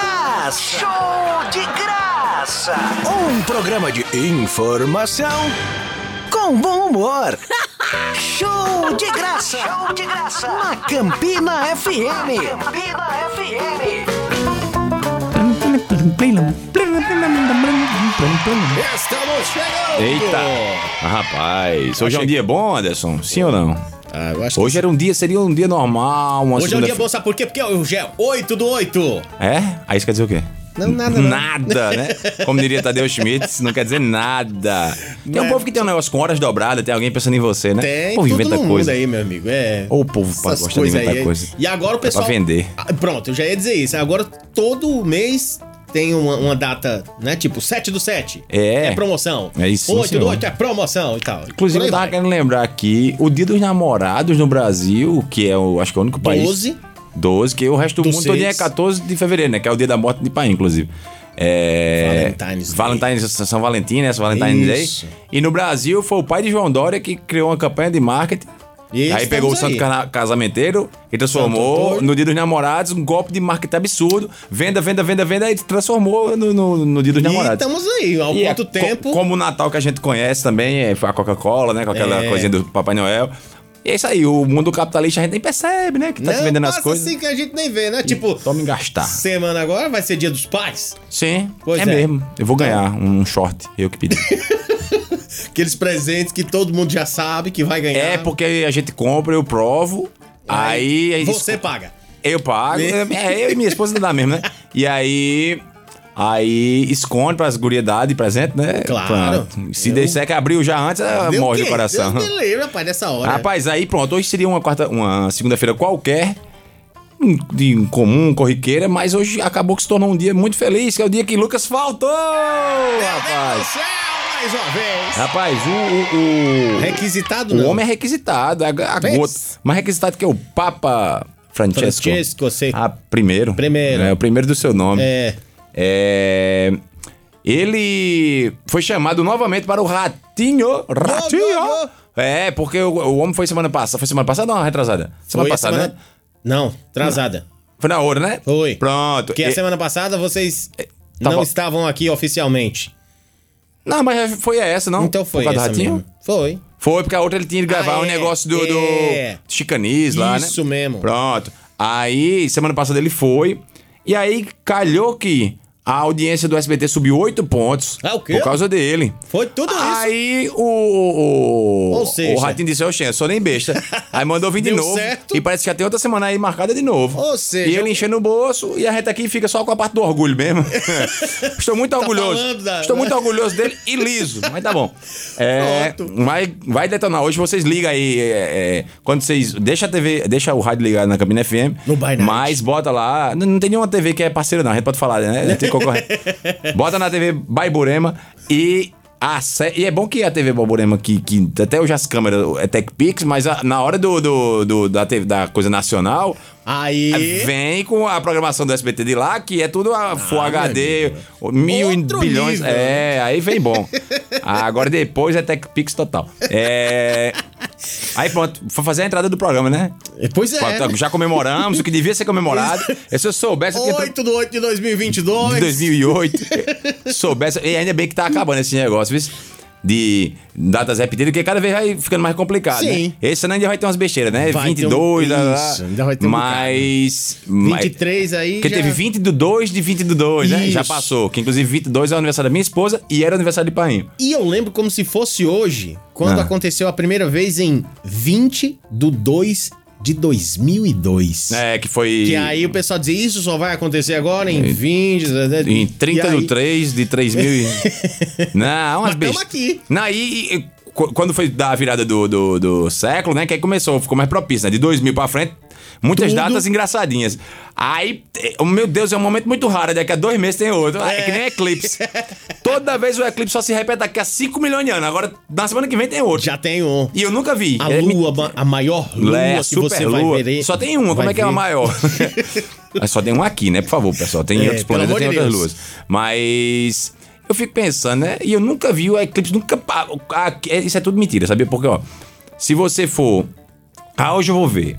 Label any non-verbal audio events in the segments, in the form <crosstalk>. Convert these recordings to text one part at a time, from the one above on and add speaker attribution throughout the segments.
Speaker 1: graça! Show de graça! Um programa de informação com bom humor. <laughs> Show de graça! Show de graça! Na Campina FM! Campina FM!
Speaker 2: Estamos chegando!
Speaker 3: Eita!
Speaker 2: É.
Speaker 3: Rapaz, hoje é um dia bom, Anderson? Sim ou não?
Speaker 2: Ah, eu acho que
Speaker 3: Hoje era um dia, seria um dia normal, uma
Speaker 2: Hoje é um dia
Speaker 3: segunda-fe-
Speaker 2: bom, sabe por quê? Porque hoje é 8 do 8.
Speaker 3: É? Aí isso quer dizer o quê?
Speaker 2: Não, nada, não.
Speaker 3: Nada, né? Como diria Tadeu Schmidt, não quer dizer nada. Tem um
Speaker 2: é.
Speaker 3: povo que tem um negócio com horas dobradas, tem alguém pensando em você, né?
Speaker 2: Tem
Speaker 3: o povo
Speaker 2: tudo
Speaker 3: inventa
Speaker 2: no
Speaker 3: coisa.
Speaker 2: mundo aí, meu amigo. É.
Speaker 3: Ou o povo
Speaker 2: Essas
Speaker 3: gosta de inventar
Speaker 2: aí.
Speaker 3: coisa. É
Speaker 2: E agora o
Speaker 3: pra
Speaker 2: pessoal...
Speaker 3: vender.
Speaker 2: Ah, Pronto, eu já ia dizer isso. Agora todo mês tem uma, uma data, né? Tipo 7 do 7.
Speaker 3: É.
Speaker 2: É promoção.
Speaker 3: É isso, sim,
Speaker 2: 8
Speaker 3: senhor.
Speaker 2: do 8 é promoção e tal.
Speaker 3: Inclusive,
Speaker 2: Por aí
Speaker 3: eu tava
Speaker 2: vai.
Speaker 3: querendo lembrar aqui, o dia dos namorados no Brasil, que é o, acho que é o único país...
Speaker 2: 12.
Speaker 3: 12, que o resto do
Speaker 2: Do
Speaker 3: mundo todo dia é
Speaker 2: seis.
Speaker 3: 14 de fevereiro, né? Que é o dia da morte de pai, inclusive. É...
Speaker 2: Valentine's Day.
Speaker 3: Valentine's São Valentim, né? São Valentine's
Speaker 2: Isso.
Speaker 3: Day. E no Brasil foi o pai de João Dória que criou uma campanha de marketing.
Speaker 2: E
Speaker 3: aí
Speaker 2: estamos
Speaker 3: pegou o santo
Speaker 2: aí.
Speaker 3: cana- casamenteiro e
Speaker 2: Santo
Speaker 3: transformou
Speaker 2: Antônio.
Speaker 3: no dia dos namorados um golpe de marketing absurdo. Venda, venda, venda, venda e transformou no, no- no dia dos
Speaker 2: E
Speaker 3: namorados.
Speaker 2: estamos aí. Há
Speaker 3: E é
Speaker 2: quanto
Speaker 3: co-
Speaker 2: tempo...
Speaker 3: como o Natal que a gente conhece também, é a Coca-Cola, né? Com aquela
Speaker 2: É.
Speaker 3: coisinha do Papai Noel. E é isso aí, o mundo capitalista a gente nem percebe, né? Que tá se vendendo as
Speaker 2: passa
Speaker 3: coisas.
Speaker 2: assim que a gente nem vê, né? Tipo,
Speaker 3: Toma engastar.
Speaker 2: semana agora vai ser dia dos pais.
Speaker 3: Sim,
Speaker 2: Pois
Speaker 3: é,
Speaker 2: é. Então
Speaker 3: mesmo. Eu vou ganhar um short, eu que pedi.
Speaker 2: <laughs> Aqueles presentes que todo mundo já sabe que vai ganhar.
Speaker 3: é porque a gente compra, eu provo, aí... aí
Speaker 2: Você paga.
Speaker 3: Eu pago, é, é, eu e minha esposa não dá mesmo, né? E aí... Aí esconde pras guriedades presente, né?
Speaker 2: Claro.
Speaker 3: Pronto. Se disser que abriu já antes, ela
Speaker 2: Deu
Speaker 3: morde
Speaker 2: quê?
Speaker 3: Ah, o coração.
Speaker 2: Deus me livre, rapaz, dessa hora.
Speaker 3: Rapaz, aí pronto, hoje seria uma quarta, uma segunda-feira qualquer, um- de um comum, corriqueira, mas hoje acabou que se tornou um dia muito feliz, que é o dia que Lucas faltou,
Speaker 2: Meu Deus
Speaker 3: rapaz.
Speaker 2: do céu, mais uma vez.
Speaker 3: Rapaz, o- o- o
Speaker 2: Requisitado
Speaker 3: O
Speaker 2: não.
Speaker 3: homem é requisitado, a, a
Speaker 2: Vês?
Speaker 3: gota. Mais requisitado que é o Papa Francesco.
Speaker 2: Francesco, sei.
Speaker 3: Ah, primeiro.
Speaker 2: Primeiro.
Speaker 3: É, o primeiro do seu nome.
Speaker 2: É.
Speaker 3: É, Ele foi chamado novamente para o Ratinho. Ratinho!
Speaker 2: Ratinho!
Speaker 3: É, porque o, o homem foi semana passada. Foi semana passada ou não, retrasada? Semana
Speaker 2: Foi
Speaker 3: passada,
Speaker 2: semana-
Speaker 3: né?
Speaker 2: Não, atrasada.
Speaker 3: Foi na hora, né?
Speaker 2: Foi.
Speaker 3: Pronto.
Speaker 2: Porque a
Speaker 3: E-
Speaker 2: semana passada vocês
Speaker 3: tá
Speaker 2: não
Speaker 3: bom.
Speaker 2: estavam aqui oficialmente.
Speaker 3: Não, mas é, foi essa, não?
Speaker 2: Então foi
Speaker 3: Por causa
Speaker 2: essa
Speaker 3: do Ratinho?
Speaker 2: mesmo. Foi.
Speaker 3: Foi, porque a outra ele tinha que gravar
Speaker 2: Ah,
Speaker 3: um
Speaker 2: é,
Speaker 3: negócio do, do
Speaker 2: é.
Speaker 3: Chicaniz lá, né?
Speaker 2: Isso mesmo.
Speaker 3: Pronto. Aí, semana passada ele foi. E aí, calhou que a audiência do SBT subiu 8 pontos.
Speaker 2: Ah, o quê?
Speaker 3: Por causa dele.
Speaker 2: Foi tudo isso.
Speaker 3: Aí o. O, o,
Speaker 2: Ou seja-
Speaker 3: o Ratinho disse: Ô, Xen, eu sou nem besta. Aí mandou vir de
Speaker 2: <laughs> Deu
Speaker 3: novo.
Speaker 2: certo.
Speaker 3: E parece que já tem outra semana aí marcada de novo.
Speaker 2: Ou seja-
Speaker 3: E ele enchendo o bolso e a gente aqui fica só com a parte do orgulho mesmo. <laughs> Estou muito orgulhoso.
Speaker 2: Tá falando da- né?
Speaker 3: Estou muito orgulhoso dele e liso. Mas tá bom. É,
Speaker 2: Pronto.
Speaker 3: vai, vai detonar. Hoje vocês ligam aí. é, é, quando vocês. Deixa a TV, deixa o rádio ligado na cabine FM.
Speaker 2: No By Night.
Speaker 3: Mas bota lá. Não, não tem nenhuma TV que é parceira, não. A gente pode falar, né? Não tem concorrente.
Speaker 2: <laughs>
Speaker 3: bota na TV Baiburema e. ace- e é bom que a TV Baiburema, que, que até hoje as câmeras é TechPix, mas a- na hora do, do- do- da, TV da coisa nacional,
Speaker 2: Aí.
Speaker 3: É, Vem com a programação do SBT de lá, que é tudo a Full HD, mil e
Speaker 2: Ah, Outro
Speaker 3: bilhões.
Speaker 2: nível. né?
Speaker 3: É, aí vem bom. Agora depois é Tech Pix total. É. Aí pronto, foi fazer a entrada do programa, né?
Speaker 2: Pois é. né?
Speaker 3: Já comemoramos o que devia ser
Speaker 2: <laughs>
Speaker 3: comemorado. E se eu soubesse, eu tinha entrado
Speaker 2: 8 do 8 de 2022.
Speaker 3: em 2008. soubesse. E ainda bem que tá acabando esse negócio, viu? De datas repetidas, porque cada vez vai ficando mais complicado.
Speaker 2: Sim.
Speaker 3: Né? Esse ano ainda vai ter umas besteiras, né?
Speaker 2: Vai ter um-
Speaker 3: 22, lá, lá.
Speaker 2: Isso, ainda vai ter um
Speaker 3: mas, mas.
Speaker 2: 23 aí
Speaker 3: Porque
Speaker 2: já-
Speaker 3: teve 20 do 2 de 20 do 2, né? Já
Speaker 2: Isso.
Speaker 3: passou. Que inclusive 22 é o aniversário da minha esposa e era o aniversário de Painho.
Speaker 2: E eu lembro como se fosse hoje, quando
Speaker 3: Ah.
Speaker 2: aconteceu a primeira vez em 20 de 2 de 2002.
Speaker 3: É, que foi.
Speaker 2: Que aí o pessoal dizia, isso só vai acontecer agora em 20...
Speaker 3: É, Em
Speaker 2: e
Speaker 3: 30
Speaker 2: aí,
Speaker 3: do 3 de 3 mil
Speaker 2: <laughs>
Speaker 3: e... Não,
Speaker 2: Mas
Speaker 3: umas
Speaker 2: tamo
Speaker 3: bestas.
Speaker 2: aqui.
Speaker 3: Não, aí, e- qu- quando foi da virada do, do, do século, né? Que aí começou, ficou mais propício, né? De 2000 pra frente, muitas
Speaker 2: Tudo.
Speaker 3: datas engraçadinhas. Aí, eh, oh, meu Deus, é um momento muito raro. Daqui a dois meses tem outro. É, que
Speaker 2: <laughs>
Speaker 3: nem eclipse. Toda vez o eclipse só se repete daqui a 5 milhões de anos. Agora, na semana que vem tem outro.
Speaker 2: Já tem um.
Speaker 3: E eu nunca vi.
Speaker 2: A
Speaker 3: É, me-
Speaker 2: lua, ma- a maior lua
Speaker 3: é,
Speaker 2: que você vai ver.
Speaker 3: Só tem uma, como
Speaker 2: vai
Speaker 3: é que é a
Speaker 2: ver. <laughs>
Speaker 3: maior? Mas só tem uma aqui, né? Por favor, pessoal. Tem
Speaker 2: É,
Speaker 3: outros
Speaker 2: pelo
Speaker 3: planetas,
Speaker 2: amor
Speaker 3: tem
Speaker 2: de
Speaker 3: outras
Speaker 2: Deus.
Speaker 3: luas. Mas eu fico pensando, né? E eu nunca vi o eclipse, nunca. pa- é ah, Isso é tudo mentira, sabia? Porque, ó, se você for. Ah, hoje eu vou ver.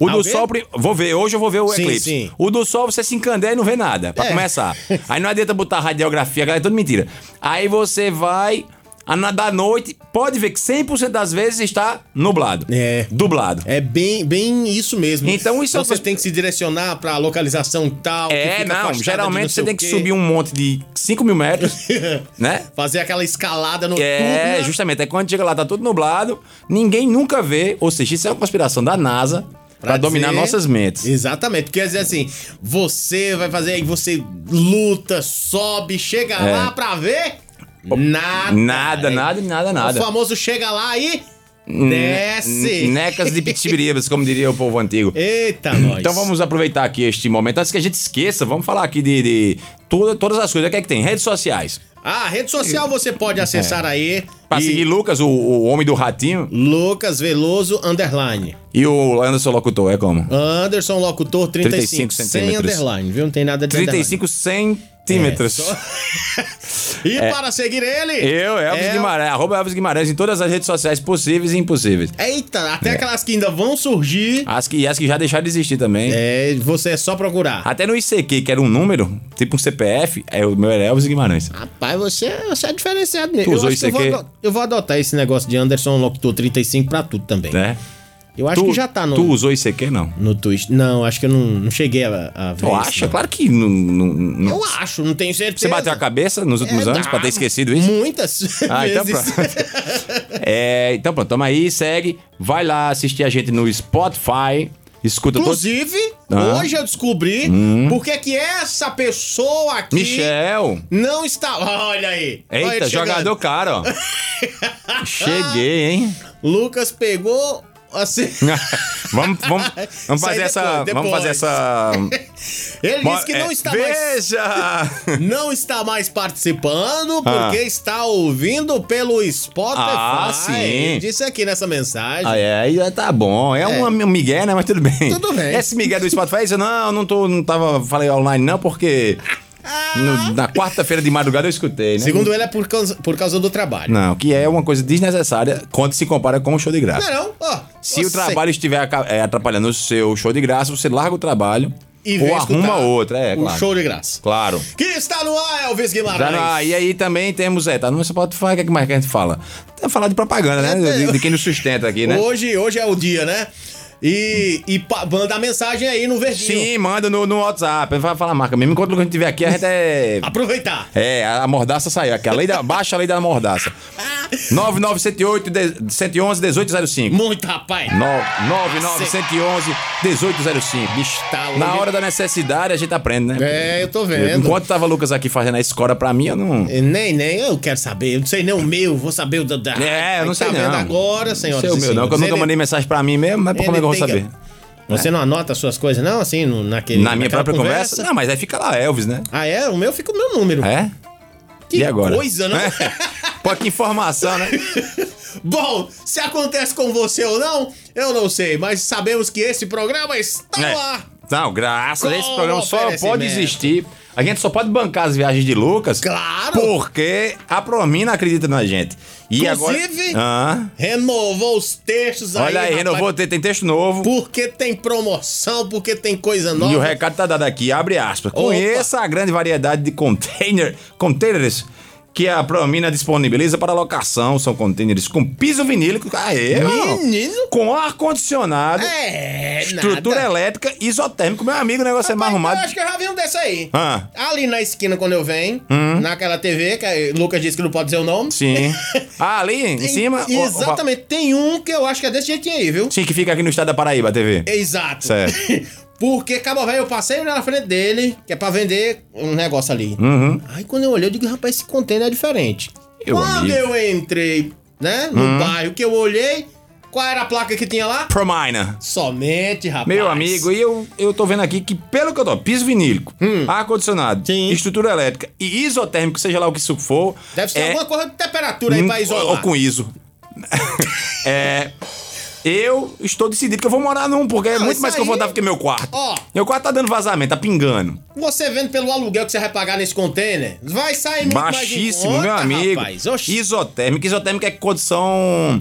Speaker 3: O do
Speaker 2: Ao ver?
Speaker 3: sol, pri- vou ver, hoje eu vou ver o
Speaker 2: Sim,
Speaker 3: eclipse.
Speaker 2: sim.
Speaker 3: O do sol você se encandeia e não vê nada, pra
Speaker 2: É. <laughs>
Speaker 3: começar. Aí não adianta botar radiografia, galera, é tudo mentira. Aí você vai a na- da noite, pode ver que 100% das vezes está nublado.
Speaker 2: É.
Speaker 3: Dublado.
Speaker 2: É bem, bem isso mesmo.
Speaker 3: Então, isso é
Speaker 2: você
Speaker 3: uma-
Speaker 2: tem que se direcionar pra localização tal. que
Speaker 3: É,
Speaker 2: fica
Speaker 3: não,
Speaker 2: afastada de
Speaker 3: geralmente
Speaker 2: não
Speaker 3: você
Speaker 2: sei
Speaker 3: tem
Speaker 2: o
Speaker 3: que
Speaker 2: quê.
Speaker 3: subir um monte de 5 mil metros,
Speaker 2: <laughs>
Speaker 3: né?
Speaker 2: Fazer aquela escalada no
Speaker 3: É, justamente. É quando chega lá, tá tudo nublado, ninguém nunca vê. Ou seja, isso é uma conspiração da NASA pra, dominar nossas mentes.
Speaker 2: Exatamente. Porque às vezes assim, você vai fazer aí, você luta, sobe, chega lá pra ver. Nada.
Speaker 3: É. Nada, nada, nada,
Speaker 2: O
Speaker 3: nada.
Speaker 2: famoso chega lá e desce.
Speaker 3: N- né? Necas de pitibiribas, como diria o povo antigo.
Speaker 2: É Eita, nós.
Speaker 3: Então vamos aproveitar aqui este momento. Antes que a gente esqueça, vamos falar aqui de, de toda- todas as coisas. O que é que tem? Redes sociais.
Speaker 2: Ah, rede social você pode acessar aí.
Speaker 3: É. Pra
Speaker 2: e
Speaker 3: seguir Lucas, o, o homem do ratinho,
Speaker 2: Lucas Veloso Underline.
Speaker 3: e o Anderson Locutor, é como?
Speaker 2: Anderson Locutor 35,
Speaker 3: 35
Speaker 2: sem
Speaker 3: centímetros.
Speaker 2: underline, viu? Não tem nada de
Speaker 3: 35
Speaker 2: É,
Speaker 3: centímetros. É.
Speaker 2: underline. <laughs> E para seguir ele...
Speaker 3: Eu, Elvis
Speaker 2: <laughs> é-
Speaker 3: Guimarães, arroba Elvis Guimarães em todas as redes sociais possíveis e impossíveis.
Speaker 2: Eita, até aquelas que ainda vão surgir,
Speaker 3: As que, e as que já deixaram de existir também.
Speaker 2: é, você é só procurar.
Speaker 3: Até no ICQ, que era um número, tipo um CPF, é o meu era Elvis Guimarães.
Speaker 2: Rapaz, você, você é diferenciado mesmo.
Speaker 3: Tu usou
Speaker 2: eu, acho que eu,
Speaker 3: isso
Speaker 2: vou,
Speaker 3: aqui?
Speaker 2: ado- eu vou adotar esse negócio de Anderson Locutor 35 pra tudo também.
Speaker 3: Né?
Speaker 2: Eu acho
Speaker 3: tu,
Speaker 2: que já tá no,
Speaker 3: Tu usou ICQ, não?
Speaker 2: no Twitch. Não, acho que eu não, não cheguei a, a ver
Speaker 3: Tu
Speaker 2: isso,
Speaker 3: acha?
Speaker 2: não.
Speaker 3: Claro que não. não- não-
Speaker 2: Eu acho, não tenho certeza.
Speaker 3: Você bateu a cabeça nos últimos
Speaker 2: É,
Speaker 3: anos
Speaker 2: dá
Speaker 3: pra ter esquecido isso?
Speaker 2: Muitas
Speaker 3: Ah, então <laughs>
Speaker 2: vezes.
Speaker 3: pronto. É, então pronto, tamo aí, segue. Vai lá assistir a gente no Spotify. Escuta todos.
Speaker 2: Inclusive,
Speaker 3: Ah. Hum.
Speaker 2: hoje eu descobri porque que essa pessoa aqui
Speaker 3: Michel!
Speaker 2: não está. Olha aí. Olha
Speaker 3: Eita,
Speaker 2: ele chegando.
Speaker 3: jogador cara, ó.
Speaker 2: <laughs>
Speaker 3: Cheguei, hein?
Speaker 2: Lucas pegou assim. <laughs>
Speaker 3: vamos, vamos, vamos
Speaker 2: Isso aí
Speaker 3: fazer essa.
Speaker 2: depois,
Speaker 3: Vamos fazer
Speaker 2: depois.
Speaker 3: essa.
Speaker 2: Ele disse que não
Speaker 3: É,
Speaker 2: está mais
Speaker 3: Veja!
Speaker 2: <laughs> não está mais participando porque
Speaker 3: Ah.
Speaker 2: está ouvindo pelo Spotify.
Speaker 3: Ah, sim.
Speaker 2: Ele disse aqui nessa mensagem.
Speaker 3: Ah, é, aí já tá bom. É, um um migué, né? Mas tudo bem.
Speaker 2: Tudo bem.
Speaker 3: Esse migué do Spotify, eu não, não tô, não tava, falei online não, porque no- na quarta-feira de madrugada eu escutei, né?
Speaker 2: Ah. Segundo ele é por causa, por causa do trabalho.
Speaker 3: Não, que é uma coisa desnecessária quando se compara com o show de graça.
Speaker 2: Não, não. ó,
Speaker 3: Se o
Speaker 2: você-
Speaker 3: trabalho estiver aca- é, atrapalhando o seu show de graça, você larga o trabalho
Speaker 2: E vem
Speaker 3: ou arruma
Speaker 2: escutar
Speaker 3: outra, é,
Speaker 2: o
Speaker 3: claro.
Speaker 2: show de graça.
Speaker 3: Claro.
Speaker 2: Que está no ar, Elvis Guimarães.
Speaker 3: Tá no- ah, e aí também temos, é, tá no Spotify, o que é que mais que a gente fala? Tá falar de propaganda, né? De, de quem nos sustenta aqui, né?
Speaker 2: É, Hoje, hoje é o dia, né? E, e pa- manda a mensagem aí no verdinho.
Speaker 3: Sim, manda no, no WhatsApp. Vai falar a marca mesmo. Enquanto a gente estiver aqui, a gente é.
Speaker 2: Aproveitar.
Speaker 3: É, a mordaça saiu aqui. A lei da, baixa a lei da mordaça. 9978 de- 111 1805.
Speaker 2: Muito, rapaz.
Speaker 3: No- 9911 1805. Bicho,
Speaker 2: Tá
Speaker 3: Na
Speaker 2: longe.
Speaker 3: hora da necessidade a gente aprende, né?
Speaker 2: É, eu tô vendo. É,
Speaker 3: Enquanto tava Lucas aqui fazendo a escola pra mim, eu não.
Speaker 2: Eh, Nem, nem, eu quero saber. Eu não sei nem o meu, vou saber o da. da-
Speaker 3: É, eu não
Speaker 2: tá
Speaker 3: sei
Speaker 2: vendo
Speaker 3: não.
Speaker 2: agora,
Speaker 3: Não
Speaker 2: senhoras
Speaker 3: sei o
Speaker 2: e
Speaker 3: meu, não, que eu
Speaker 2: senhores.
Speaker 3: nunca
Speaker 2: Ele-
Speaker 3: mandei mensagem pra mim mesmo, mas como é que eu vou
Speaker 2: ele tem
Speaker 3: saber? É.
Speaker 2: que- Você não anota as suas coisas, não? Assim, no- naquele,
Speaker 3: Na minha
Speaker 2: naquela
Speaker 3: própria conversa? Não, mas aí fica lá, Elvis, né?
Speaker 2: Ah, é? O meu fica o meu número.
Speaker 3: É?
Speaker 2: Que
Speaker 3: e agora? É.
Speaker 2: coisa,
Speaker 3: <laughs>
Speaker 2: né?
Speaker 3: Pô, que informação, né?
Speaker 2: <laughs> Bom, se acontece com você ou não, eu não sei, mas sabemos que esse programa está
Speaker 3: É.
Speaker 2: Tá lá.
Speaker 3: Não, graças a Deus, esse
Speaker 2: Com
Speaker 3: programa só
Speaker 2: oferecimento.
Speaker 3: pode existir. A gente só pode bancar as viagens de Lucas.
Speaker 2: Claro.
Speaker 3: Porque a Promina acredita na gente. E
Speaker 2: Inclusive-
Speaker 3: agora. Ah,
Speaker 2: Renovou os textos aí.
Speaker 3: olha aí,
Speaker 2: rapaz,
Speaker 3: renovou, tem, tem texto novo.
Speaker 2: Porque tem promoção, porque tem coisa nova.
Speaker 3: E o recado tá dado aqui, abre aspas.
Speaker 2: Opa.
Speaker 3: Conheça a grande variedade de container, containers que a Promina disponibiliza para locação. São containers com piso vinílico. Aê, mano.
Speaker 2: Menino.
Speaker 3: Com ar-condicionado,
Speaker 2: É,
Speaker 3: estrutura
Speaker 2: nada.
Speaker 3: elétrica, isotérmico. Meu amigo, o negócio é mais
Speaker 2: Rapaz,
Speaker 3: arrumado.
Speaker 2: Eu acho que eu já vi um desse aí.
Speaker 3: Ah. Hum.
Speaker 2: Ali na esquina, quando eu venho, naquela TV, que aí Lucas disse que não pode dizer o nome. <laughs>
Speaker 3: Sim. Ah, ali em
Speaker 2: Tem-
Speaker 3: cima? o- o-
Speaker 2: Exatamente. Tem um que eu acho que é desse jeitinho aí, viu?
Speaker 3: Sim, que fica aqui no estado da Paraíba, a TV.
Speaker 2: Exato.
Speaker 3: Certo.
Speaker 2: <laughs> Porque, cabo velho, eu passei na frente dele, que é pra vender um negócio ali. Aí quando eu olhei, eu digo, rapaz, esse container é diferente.
Speaker 3: Uhum. Eu
Speaker 2: quando
Speaker 3: amigo. Uhum.
Speaker 2: eu entrei, né, no bairro que eu olhei, qual era a placa que tinha lá?
Speaker 3: Promina.
Speaker 2: Somente, rapaz.
Speaker 3: Meu amigo, e eu, eu tô vendo aqui que, pelo que eu tô, piso vinílico, ar-condicionado,
Speaker 2: Hum. Sim.
Speaker 3: estrutura elétrica e isotérmico, seja lá o que isso for.
Speaker 2: Deve ser
Speaker 3: é-
Speaker 2: alguma coisa de temperatura aí pra
Speaker 3: Hum,
Speaker 2: isolar.
Speaker 3: Ou, ou com ISO. é. Eu estou decidido que eu vou morar num, porque é
Speaker 2: Não,
Speaker 3: muito
Speaker 2: isso
Speaker 3: mais
Speaker 2: aí-
Speaker 3: confortável que meu quarto.
Speaker 2: Ó. É
Speaker 3: Meu quarto tá dando vazamento, tá pingando.
Speaker 2: Você vendo pelo aluguel que você vai pagar nesse container, vai sair muito mais em
Speaker 3: Baixíssimo,
Speaker 2: conta,
Speaker 3: meu amigo.
Speaker 2: Rapaz. Oxi.
Speaker 3: Isotérmico. Isotérmico é condição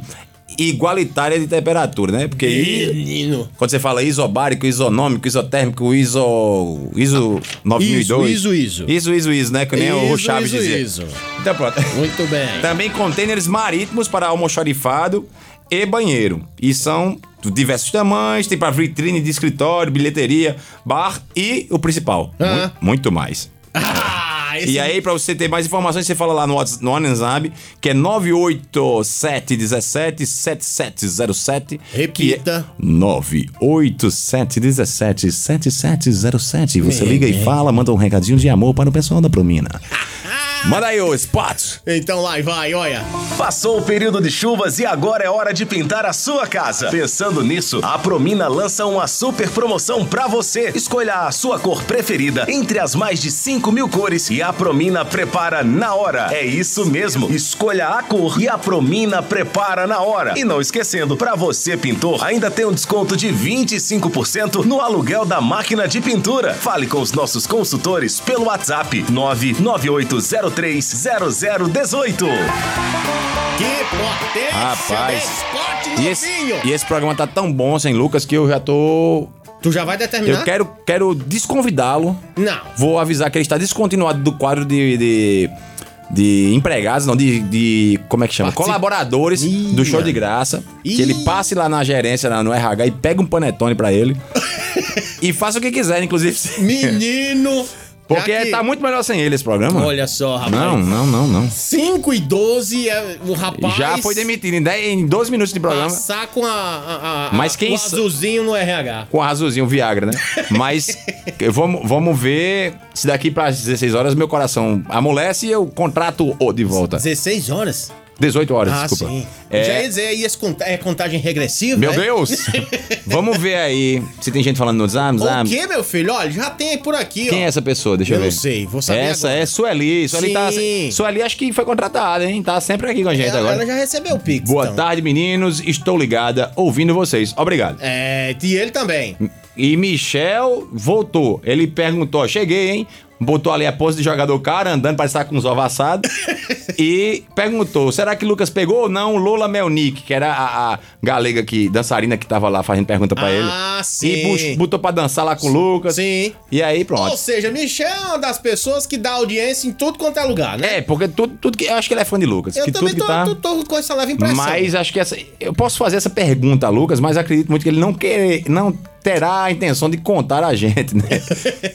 Speaker 3: igualitária de temperatura, né? Porque i-
Speaker 2: Menino.
Speaker 3: quando você fala isobárico, isonômico, isotérmico, iso.
Speaker 2: Ah,
Speaker 3: ISO 9002.
Speaker 2: Iso, iso, iso.
Speaker 3: Iso, iso, iso, né? Que nem o
Speaker 2: Iso,
Speaker 3: Chaves
Speaker 2: iso,
Speaker 3: dizia. Tá.
Speaker 2: iso.
Speaker 3: Então pronto.
Speaker 2: Muito bem.
Speaker 3: Também contêineres marítimos para almoxarifado e banheiro. E são de diversos tamanhos, tem para vitrine de escritório, bilheteria, bar e o principal, mu-
Speaker 2: Ah.
Speaker 3: muito mais.
Speaker 2: <laughs> Ah, esse
Speaker 3: E aí, pra você ter mais informações, você fala lá no, Whats- no WhatsApp, que é 987177707.
Speaker 2: Repita.
Speaker 3: Que é 987177707. Você
Speaker 2: É,
Speaker 3: liga
Speaker 2: é.
Speaker 3: e fala, manda um recadinho de amor para o pessoal
Speaker 2: <laughs>
Speaker 3: da Promina. manda aí, ô Spots.
Speaker 2: Então lá e vai, olha.
Speaker 4: Passou o período de chuvas e agora é hora de pintar a sua casa. Pensando nisso, a Promina lança uma super promoção pra você. Escolha a sua cor preferida entre as mais de 5 mil cores e a Promina prepara na hora. É isso mesmo. Escolha a cor e a Promina prepara na hora. E não esquecendo, pra você pintor, ainda tem um desconto de 25% no aluguel da máquina de pintura. Fale com os nossos consultores pelo WhatsApp 998030018.
Speaker 2: Que potência
Speaker 3: Rapaz.
Speaker 2: Esporte
Speaker 3: E esse,
Speaker 2: novinho.
Speaker 3: e esse programa tá tão bom sem Lucas que eu já tô.
Speaker 2: Tu já vai determinar?
Speaker 3: Eu quero, quero desconvidá-lo.
Speaker 2: Não.
Speaker 3: Vou avisar que ele está descontinuado do quadro de. de... de empregados, não, de, de- Como é que chama?
Speaker 2: Partici-
Speaker 3: Colaboradores
Speaker 2: Ih,
Speaker 3: do show
Speaker 2: mano.
Speaker 3: de graça.
Speaker 2: Ih.
Speaker 3: Que ele passe lá na gerência, lá no RH, e pegue um panetone
Speaker 2: <laughs>
Speaker 3: pra ele. e faça o que quiser, inclusive.
Speaker 2: Menino.
Speaker 3: <laughs> Porque
Speaker 2: já que-
Speaker 3: tá muito melhor sem ele esse programa.
Speaker 2: Olha só, rapaz.
Speaker 3: não, não, não, não.
Speaker 2: 5 e 12, é, o rapaz.
Speaker 3: Já foi demitido em, 10, em 12 minutos de programa.
Speaker 2: Passar com a, a, a-
Speaker 3: Mas
Speaker 2: a-
Speaker 3: quem
Speaker 2: o
Speaker 3: sa-
Speaker 2: azulzinho no RH.
Speaker 3: com a azulzinho Viagra, né? Mas eu- vamos, vamos ver se daqui para 16 horas meu coração amolece e eu contrato o de volta.
Speaker 2: 16 horas?
Speaker 3: 18 horas,
Speaker 2: ah,
Speaker 3: desculpa.
Speaker 2: sim.
Speaker 3: É,
Speaker 2: Já ia dizer, aí esse cont- é contagem regressiva?
Speaker 3: Meu
Speaker 2: é?
Speaker 3: Deus! vamos ver aí se tem gente falando no Zam,
Speaker 2: O
Speaker 3: Zam.
Speaker 2: que, meu filho? Olha, já tem por aqui, ó.
Speaker 3: Quem é essa pessoa? Deixa eu,
Speaker 2: Eu
Speaker 3: ver.
Speaker 2: não sei, vou saber
Speaker 3: Essa
Speaker 2: agora.
Speaker 3: é Sueli. Sueli, tá,
Speaker 2: Sim.
Speaker 3: Sueli acho que foi contratada, hein? Tá sempre aqui com a gente
Speaker 2: Ela,
Speaker 3: agora.
Speaker 2: ela já recebeu o Pix.
Speaker 3: Boa
Speaker 2: então.
Speaker 3: tarde, meninos. Estou ligada ouvindo vocês. Obrigado.
Speaker 2: É, e ele também.
Speaker 3: E Michel voltou. Ele perguntou: cheguei, hein? Botou ali a pose de jogador cara, andando para estar com os ovos
Speaker 2: <laughs>
Speaker 3: assados. e perguntou: será que Lucas pegou ou não Lola Melnick, que era a, a galega que, dançarina que tava lá fazendo pergunta para
Speaker 2: Ah,
Speaker 3: ele?
Speaker 2: sim.
Speaker 3: E bus- botou para dançar lá com o Lucas.
Speaker 2: Sim.
Speaker 3: E aí, pronto.
Speaker 2: Ou seja, Michel é uma das pessoas que dá audiência em tudo quanto é lugar, né?
Speaker 3: É, porque tudo, tudo que. Eu acho que ele é fã de Lucas.
Speaker 2: Eu
Speaker 3: que
Speaker 2: também
Speaker 3: tudo que
Speaker 2: tô,
Speaker 3: tá.
Speaker 2: tô, tô com essa leve impressão. <laughs>
Speaker 3: Mas acho que essa. Eu posso fazer essa pergunta a Lucas, mas acredito muito que ele não quer, não terá a intenção de contar a
Speaker 2: <laughs>
Speaker 3: gente, né?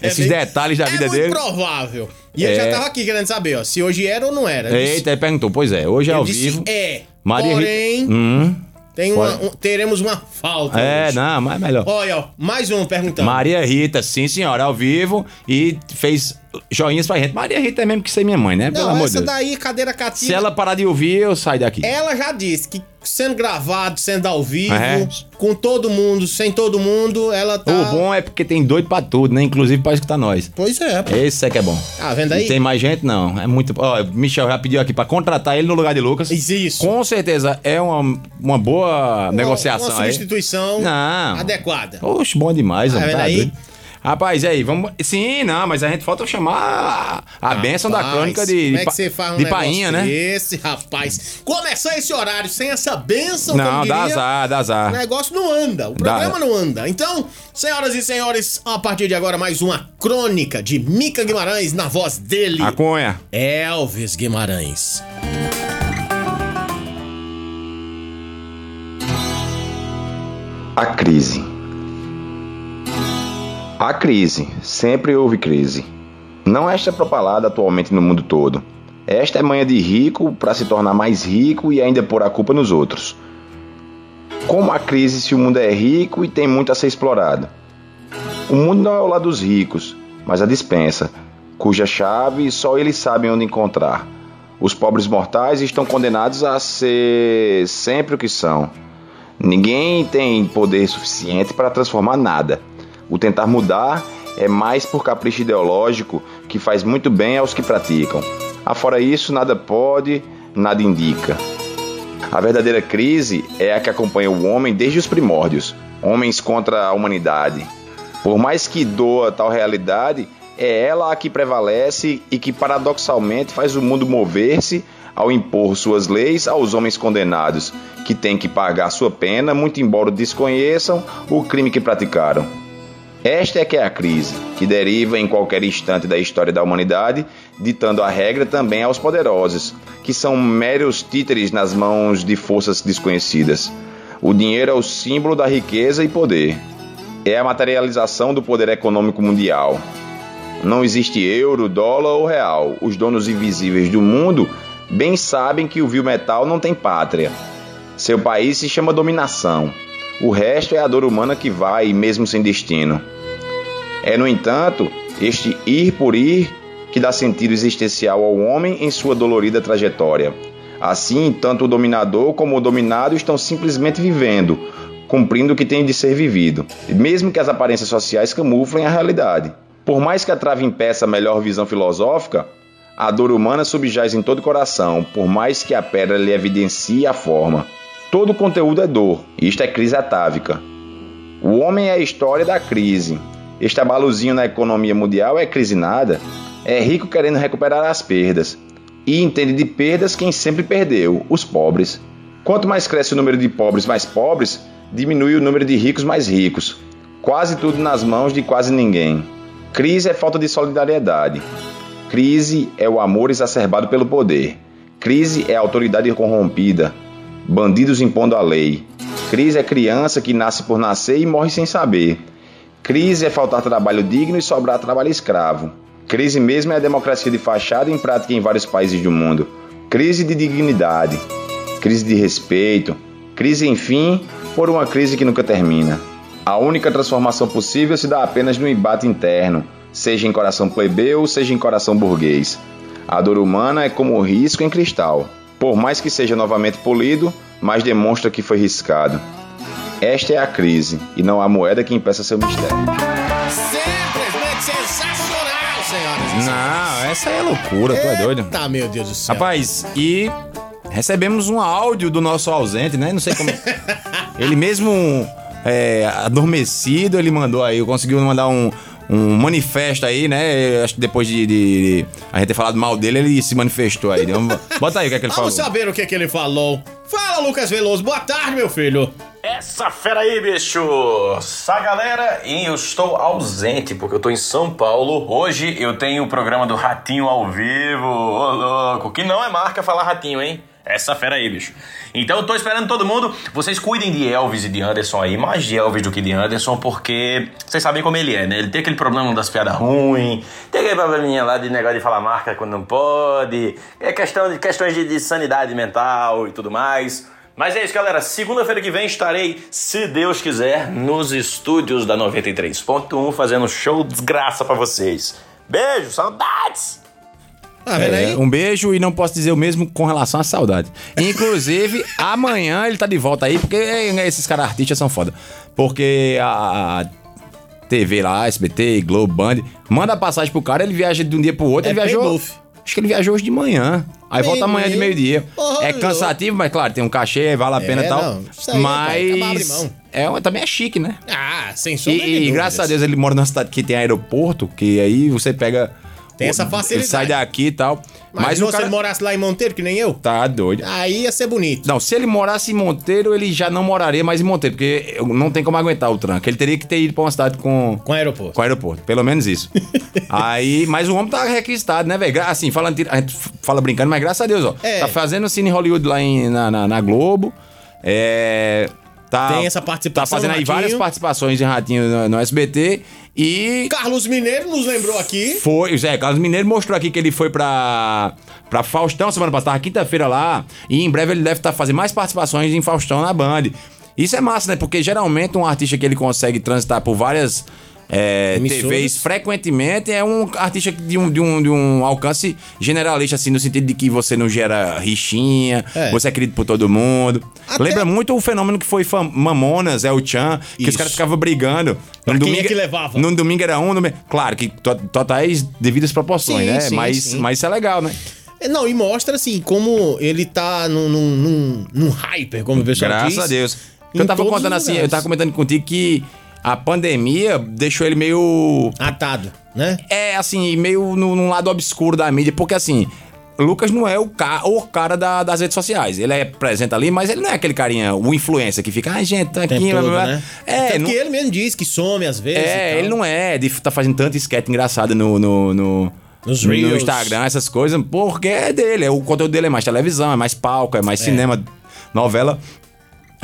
Speaker 3: Esses
Speaker 2: É bem-
Speaker 3: detalhes da vida
Speaker 2: é
Speaker 3: dele.
Speaker 2: muito provável. E ele
Speaker 3: É.
Speaker 2: já tava aqui querendo saber, ó, se hoje era ou não era. Ele disse-
Speaker 3: Eita, ele perguntou. Pois é, hoje é ao
Speaker 2: ele disse
Speaker 3: vivo.
Speaker 2: É.
Speaker 3: Maria Ri-
Speaker 2: porém,
Speaker 3: Hum,
Speaker 2: tem uma-
Speaker 3: pode.
Speaker 2: um- teremos uma falta.
Speaker 3: é,
Speaker 2: hoje.
Speaker 3: não, mas é melhor.
Speaker 2: Olha, ó, mais um perguntando.
Speaker 3: Maria Rita, sim senhora, ao vivo e fez joinhas pra gente. Maria Rita é mesmo que ser minha mãe, né? Pelo
Speaker 2: não,
Speaker 3: amor de
Speaker 2: essa É
Speaker 3: Deus.
Speaker 2: daí, cadeira cativa.
Speaker 3: Se ela parar de ouvir, eu saio daqui.
Speaker 2: Ela já disse que sendo gravado, sendo ao vivo,
Speaker 3: É.
Speaker 2: com todo mundo, sem todo mundo, ela tá.
Speaker 3: O bom é porque tem doido pra tudo, né? Inclusive pra escutar nós.
Speaker 2: Pois é, pô.
Speaker 3: Esse é que é bom.
Speaker 2: Tá vendo aí?
Speaker 3: Não tem mais gente, não. É muito. Ó, Michel já pediu aqui pra contratar ele no lugar de Lucas.
Speaker 2: Isso.
Speaker 3: Com certeza é uma, uma boa negociação
Speaker 2: Uma
Speaker 3: aí.
Speaker 2: substituição
Speaker 3: Não.
Speaker 2: adequada.
Speaker 3: Oxe, bom demais,
Speaker 2: Tá
Speaker 3: homem,
Speaker 2: vendo
Speaker 3: tá
Speaker 2: aí?
Speaker 3: doido. Rapaz, e aí, vamos. Sim, não, mas a gente falta chamar a, a benção da
Speaker 2: Rapaz,
Speaker 3: crônica de.
Speaker 2: Como é
Speaker 3: pa-
Speaker 2: que você faz um
Speaker 3: De
Speaker 2: negócio
Speaker 3: painha, né?
Speaker 2: Esse, rapaz. Começar esse horário sem essa benção,
Speaker 3: Não,
Speaker 2: como
Speaker 3: dá
Speaker 2: diria, Né,
Speaker 3: azar, dá
Speaker 2: O
Speaker 3: azar.
Speaker 2: negócio não anda, o
Speaker 3: Dá.
Speaker 2: programa não anda. Então, senhoras e senhores, a partir de agora, mais uma crônica de Mica Guimarães na voz dele,
Speaker 3: A cunha.
Speaker 2: Elvis Guimarães.
Speaker 5: A crise. A crise. Sempre houve crise. Não esta é propalada atualmente no mundo todo. Esta é manha de rico para se tornar mais rico e ainda pôr a culpa nos outros. Como a crise se o mundo é rico e tem muito a ser explorado? O mundo não é o lado dos ricos, mas a dispensa, cuja chave só eles sabem onde encontrar. Os pobres mortais estão condenados a ser sempre o que são. Ninguém tem poder suficiente para transformar nada. O tentar mudar é mais por capricho ideológico que faz muito bem aos que praticam. Afora isso, nada pode, nada indica. A verdadeira crise é a que acompanha o homem desde os primórdios homens contra a humanidade. Por mais que doa tal realidade, é ela a que prevalece e que paradoxalmente faz o mundo mover-se
Speaker 3: ao impor suas leis aos homens condenados, que têm que pagar sua pena, muito embora desconheçam o crime que praticaram. Esta é que é a crise, que deriva em qualquer instante da história da humanidade, ditando a regra também aos poderosos, que são meros títeres nas mãos de forças desconhecidas. O dinheiro é o símbolo da riqueza e poder. É a materialização do poder econômico mundial. Não existe euro, dólar ou real. Os donos invisíveis do mundo bem sabem que o vil metal não tem pátria. Seu país se chama dominação. O resto é a dor humana que vai, mesmo sem destino. É, no entanto, este ir por ir que dá sentido existencial ao homem em sua dolorida trajetória. Assim, tanto o dominador como o dominado estão simplesmente vivendo, cumprindo o que tem de ser vivido, mesmo que as aparências sociais camuflem a realidade. Por mais que a trave impeça a melhor visão filosófica, a dor humana subjaz em todo o coração, por mais que a pedra lhe evidencie a forma. Todo conteúdo é dor, isto é crise atávica. O homem é a história da crise. Estabaluzinho na economia mundial é crise nada. É rico querendo recuperar as perdas. E entende de perdas quem sempre perdeu, os pobres. Quanto mais cresce o número de pobres mais pobres, diminui o número de ricos mais ricos. Quase tudo nas mãos de quase ninguém. Crise é falta de solidariedade. Crise é o amor exacerbado pelo poder. Crise é a autoridade corrompida. Bandidos impondo a lei. Crise é criança que nasce por nascer e morre sem saber. Crise é faltar trabalho digno e sobrar trabalho escravo. Crise mesmo é a democracia de fachada em prática em vários países do mundo. Crise de dignidade. Crise de respeito. Crise, enfim, por uma crise que nunca termina. A única transformação possível se dá apenas no embate interno, seja em coração plebeu, seja em coração burguês. A dor humana é como o risco em cristal. Por mais que seja novamente polido, mas demonstra que foi riscado. Esta é a crise, e não a moeda que impeça seu mistério.
Speaker 2: Simplesmente né, sensacional, senhoras e
Speaker 6: Não, essa é loucura, tu é doido.
Speaker 2: Tá, meu Deus do céu.
Speaker 6: Rapaz, e recebemos um áudio do nosso ausente, né? Não sei como. ele mesmo é, adormecido, ele mandou aí, conseguiu mandar um, um manifesto aí, né? Eu acho que depois de, de- de a gente ter falado mal dele, ele se manifestou aí. Vamos- Bota aí o que é que ele falou.
Speaker 2: Vamos saber o que, é que ele falou. Fala, Lucas Veloso. Boa tarde, meu filho.
Speaker 7: Essa fera aí, bicho! Sa galera, e eu estou ausente porque eu tô em São Paulo. Hoje eu tenho o programa do Ratinho ao vivo. Ô louco, que não é marca falar ratinho, hein? Essa fera aí, bicho. Então eu tô esperando todo mundo. Vocês cuidem de Elvis e de Anderson aí, mais de Elvis do que de Anderson, porque vocês sabem como ele é, né? Ele tem aquele problema das piadas ruins, tem aquele probleminha lá de negócio de falar marca quando não pode, é questão de questões de, de sanidade mental e tudo mais. Mas é isso, galera. Segunda-feira que vem estarei, se Deus quiser, nos estúdios da 93.1 fazendo show desgraça pra vocês. Beijo, saudades!
Speaker 2: Tá vendo
Speaker 6: É,
Speaker 2: aí?
Speaker 6: um beijo e não posso dizer o mesmo com relação à saudade. Inclusive, <laughs> amanhã ele tá de volta aí, porque é, esses caras artistas são foda. Porque a a TV lá, SBT, Globo, Band, manda passagem pro cara, ele viaja de um dia pro outro,
Speaker 2: É
Speaker 6: ele viajou.
Speaker 2: payoff.
Speaker 6: Acho que ele viajou hoje de manhã. Aí volta amanhã de
Speaker 2: Menino.
Speaker 6: meio-dia.
Speaker 2: Porra, É,
Speaker 6: É cansativo, mas claro, tem um cachê, vale a pena e tal.
Speaker 2: não, isso aí, rapaz, acaba, abre
Speaker 6: mas.
Speaker 2: mão.
Speaker 6: É, uma- também é chique, né?
Speaker 2: Ah, sem
Speaker 6: E,
Speaker 2: sombra de
Speaker 6: e
Speaker 2: dúvidas.
Speaker 6: graças a Deus ele mora numa cidade que tem aeroporto, que aí você pega.
Speaker 2: Tem essa
Speaker 6: ele
Speaker 2: facilidade.
Speaker 6: sai daqui e tal.
Speaker 2: Mas,
Speaker 6: Mas
Speaker 2: se
Speaker 6: o
Speaker 2: você
Speaker 6: um cara.
Speaker 2: morasse lá em Monteiro, que nem eu,
Speaker 6: Tá doido.
Speaker 2: aí ia ser bonito.
Speaker 6: Não, se ele morasse em Monteiro, ele já não moraria mais em Monteiro, porque eu- não tem como aguentar o tranco. Ele teria que ter ido pra uma cidade com.
Speaker 2: Com aeroporto.
Speaker 6: Com aeroporto, pelo
Speaker 2: <laughs>
Speaker 6: menos isso. Aí, mas o homem tá requisitado, né, velho? Gra- Assim, falando, tira- a gente f- fala brincando, mas graças a Deus, ó.
Speaker 2: É.
Speaker 6: Tá fazendo cine Hollywood lá em- na, na- na Globo. É. Tá,
Speaker 2: Tem essa participação
Speaker 6: Tá fazendo
Speaker 2: no
Speaker 6: aí
Speaker 2: Ratinho.
Speaker 6: várias participações em Ratinho no, no SBT. E.
Speaker 2: Carlos Mineiro nos lembrou aqui.
Speaker 6: Foi, o Zé é, Carlos Mineiro mostrou aqui que ele foi pra, pra Faustão semana passada, quinta-feira lá, e em breve ele deve estar fazendo mais participações em Faustão na Band. Isso é massa, né? Porque geralmente um artista que ele consegue transitar por várias é,
Speaker 2: Emissoras.
Speaker 6: TVs frequentemente é um artista de um, de, um, de um alcance generalista, assim, no sentido de que você não gera rixinha,
Speaker 2: É.
Speaker 6: você é querido por todo mundo.
Speaker 2: Até-
Speaker 6: Lembra muito o fenômeno que foi fam- Mamonas, El Chan, que os
Speaker 2: Isso.
Speaker 6: caras ficavam brigando.
Speaker 2: Pra quem é que levava?
Speaker 6: No domingo era um, no... me- claro que to- totais devidas
Speaker 2: Sim,
Speaker 6: proporções, né?
Speaker 2: sim,
Speaker 6: mas,
Speaker 2: sim.
Speaker 6: mas isso é legal, né?
Speaker 2: É, Não, e mostra assim como ele tá num, num, num, num hyper, como o pessoal
Speaker 6: Graças
Speaker 2: diz.
Speaker 6: a Deus.
Speaker 2: em
Speaker 6: Eu tava
Speaker 2: todos
Speaker 6: contando
Speaker 2: os
Speaker 6: assim, eu
Speaker 2: lugares.
Speaker 6: tava comentando contigo que a pandemia deixou ele meio
Speaker 2: Atado, né?
Speaker 6: é assim, meio no, num lado obscuro da mídia, porque assim, Lucas não é o, ca o cara da- das redes sociais. Ele é presente ali, mas ele não é aquele carinha, o influencer que fica, ai, gente, tá
Speaker 2: O tempo
Speaker 6: aqui, blá,
Speaker 2: todo,
Speaker 6: blá, blá."
Speaker 2: né?
Speaker 6: É,
Speaker 2: Tanto
Speaker 6: não,
Speaker 2: que ele mesmo diz que some às vezes. e
Speaker 6: é
Speaker 2: tal.
Speaker 6: ele não é de tá fazendo tanto esquete engraçado no. no, no
Speaker 2: Nos
Speaker 6: no
Speaker 2: Reels.
Speaker 6: Instagram, essas coisas, porque é dele. é- O conteúdo dele é mais televisão, é mais palco, é mais cinema, novela.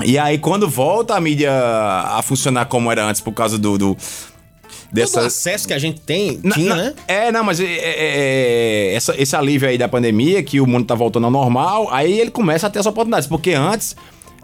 Speaker 6: E aí, quando volta a mídia a funcionar como era antes, por causa do. do
Speaker 2: Todo o
Speaker 6: dessa,
Speaker 2: acesso que a gente tem,
Speaker 6: na-
Speaker 2: tinha,
Speaker 6: na-
Speaker 2: né?
Speaker 6: É, não, mas é- é- é- essa- esse alívio aí da pandemia, que o mundo tá voltando ao normal, aí ele começa a ter as oportunidades, porque antes.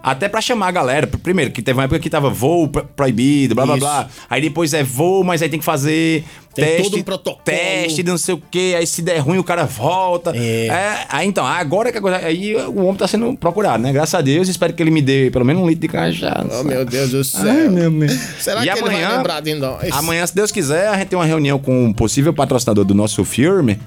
Speaker 6: Até pra chamar a galera, pr- primeiro, que teve uma época que tava voo pro- proibido, blá blá
Speaker 2: Isso.
Speaker 6: blá. Aí depois é voo, mas aí tem que fazer
Speaker 2: Tem
Speaker 6: teste.
Speaker 2: todo um protocolo.
Speaker 6: Teste de não sei o quê, aí se der ruim o cara volta.
Speaker 2: É.
Speaker 6: aí então, agora que a coisa. Aí o homem tá sendo procurado, né? Graças a Deus, espero que ele me dê pelo menos um litro de cachaça.
Speaker 2: Oh, meu Deus do céu.
Speaker 6: Ai, meu Deus.
Speaker 2: Será
Speaker 6: E
Speaker 2: que ele
Speaker 6: amanhã-
Speaker 2: vai lembrar de nós?
Speaker 6: Amanhã, se Deus quiser, a gente tem uma reunião com um possível patrocinador do nosso filme.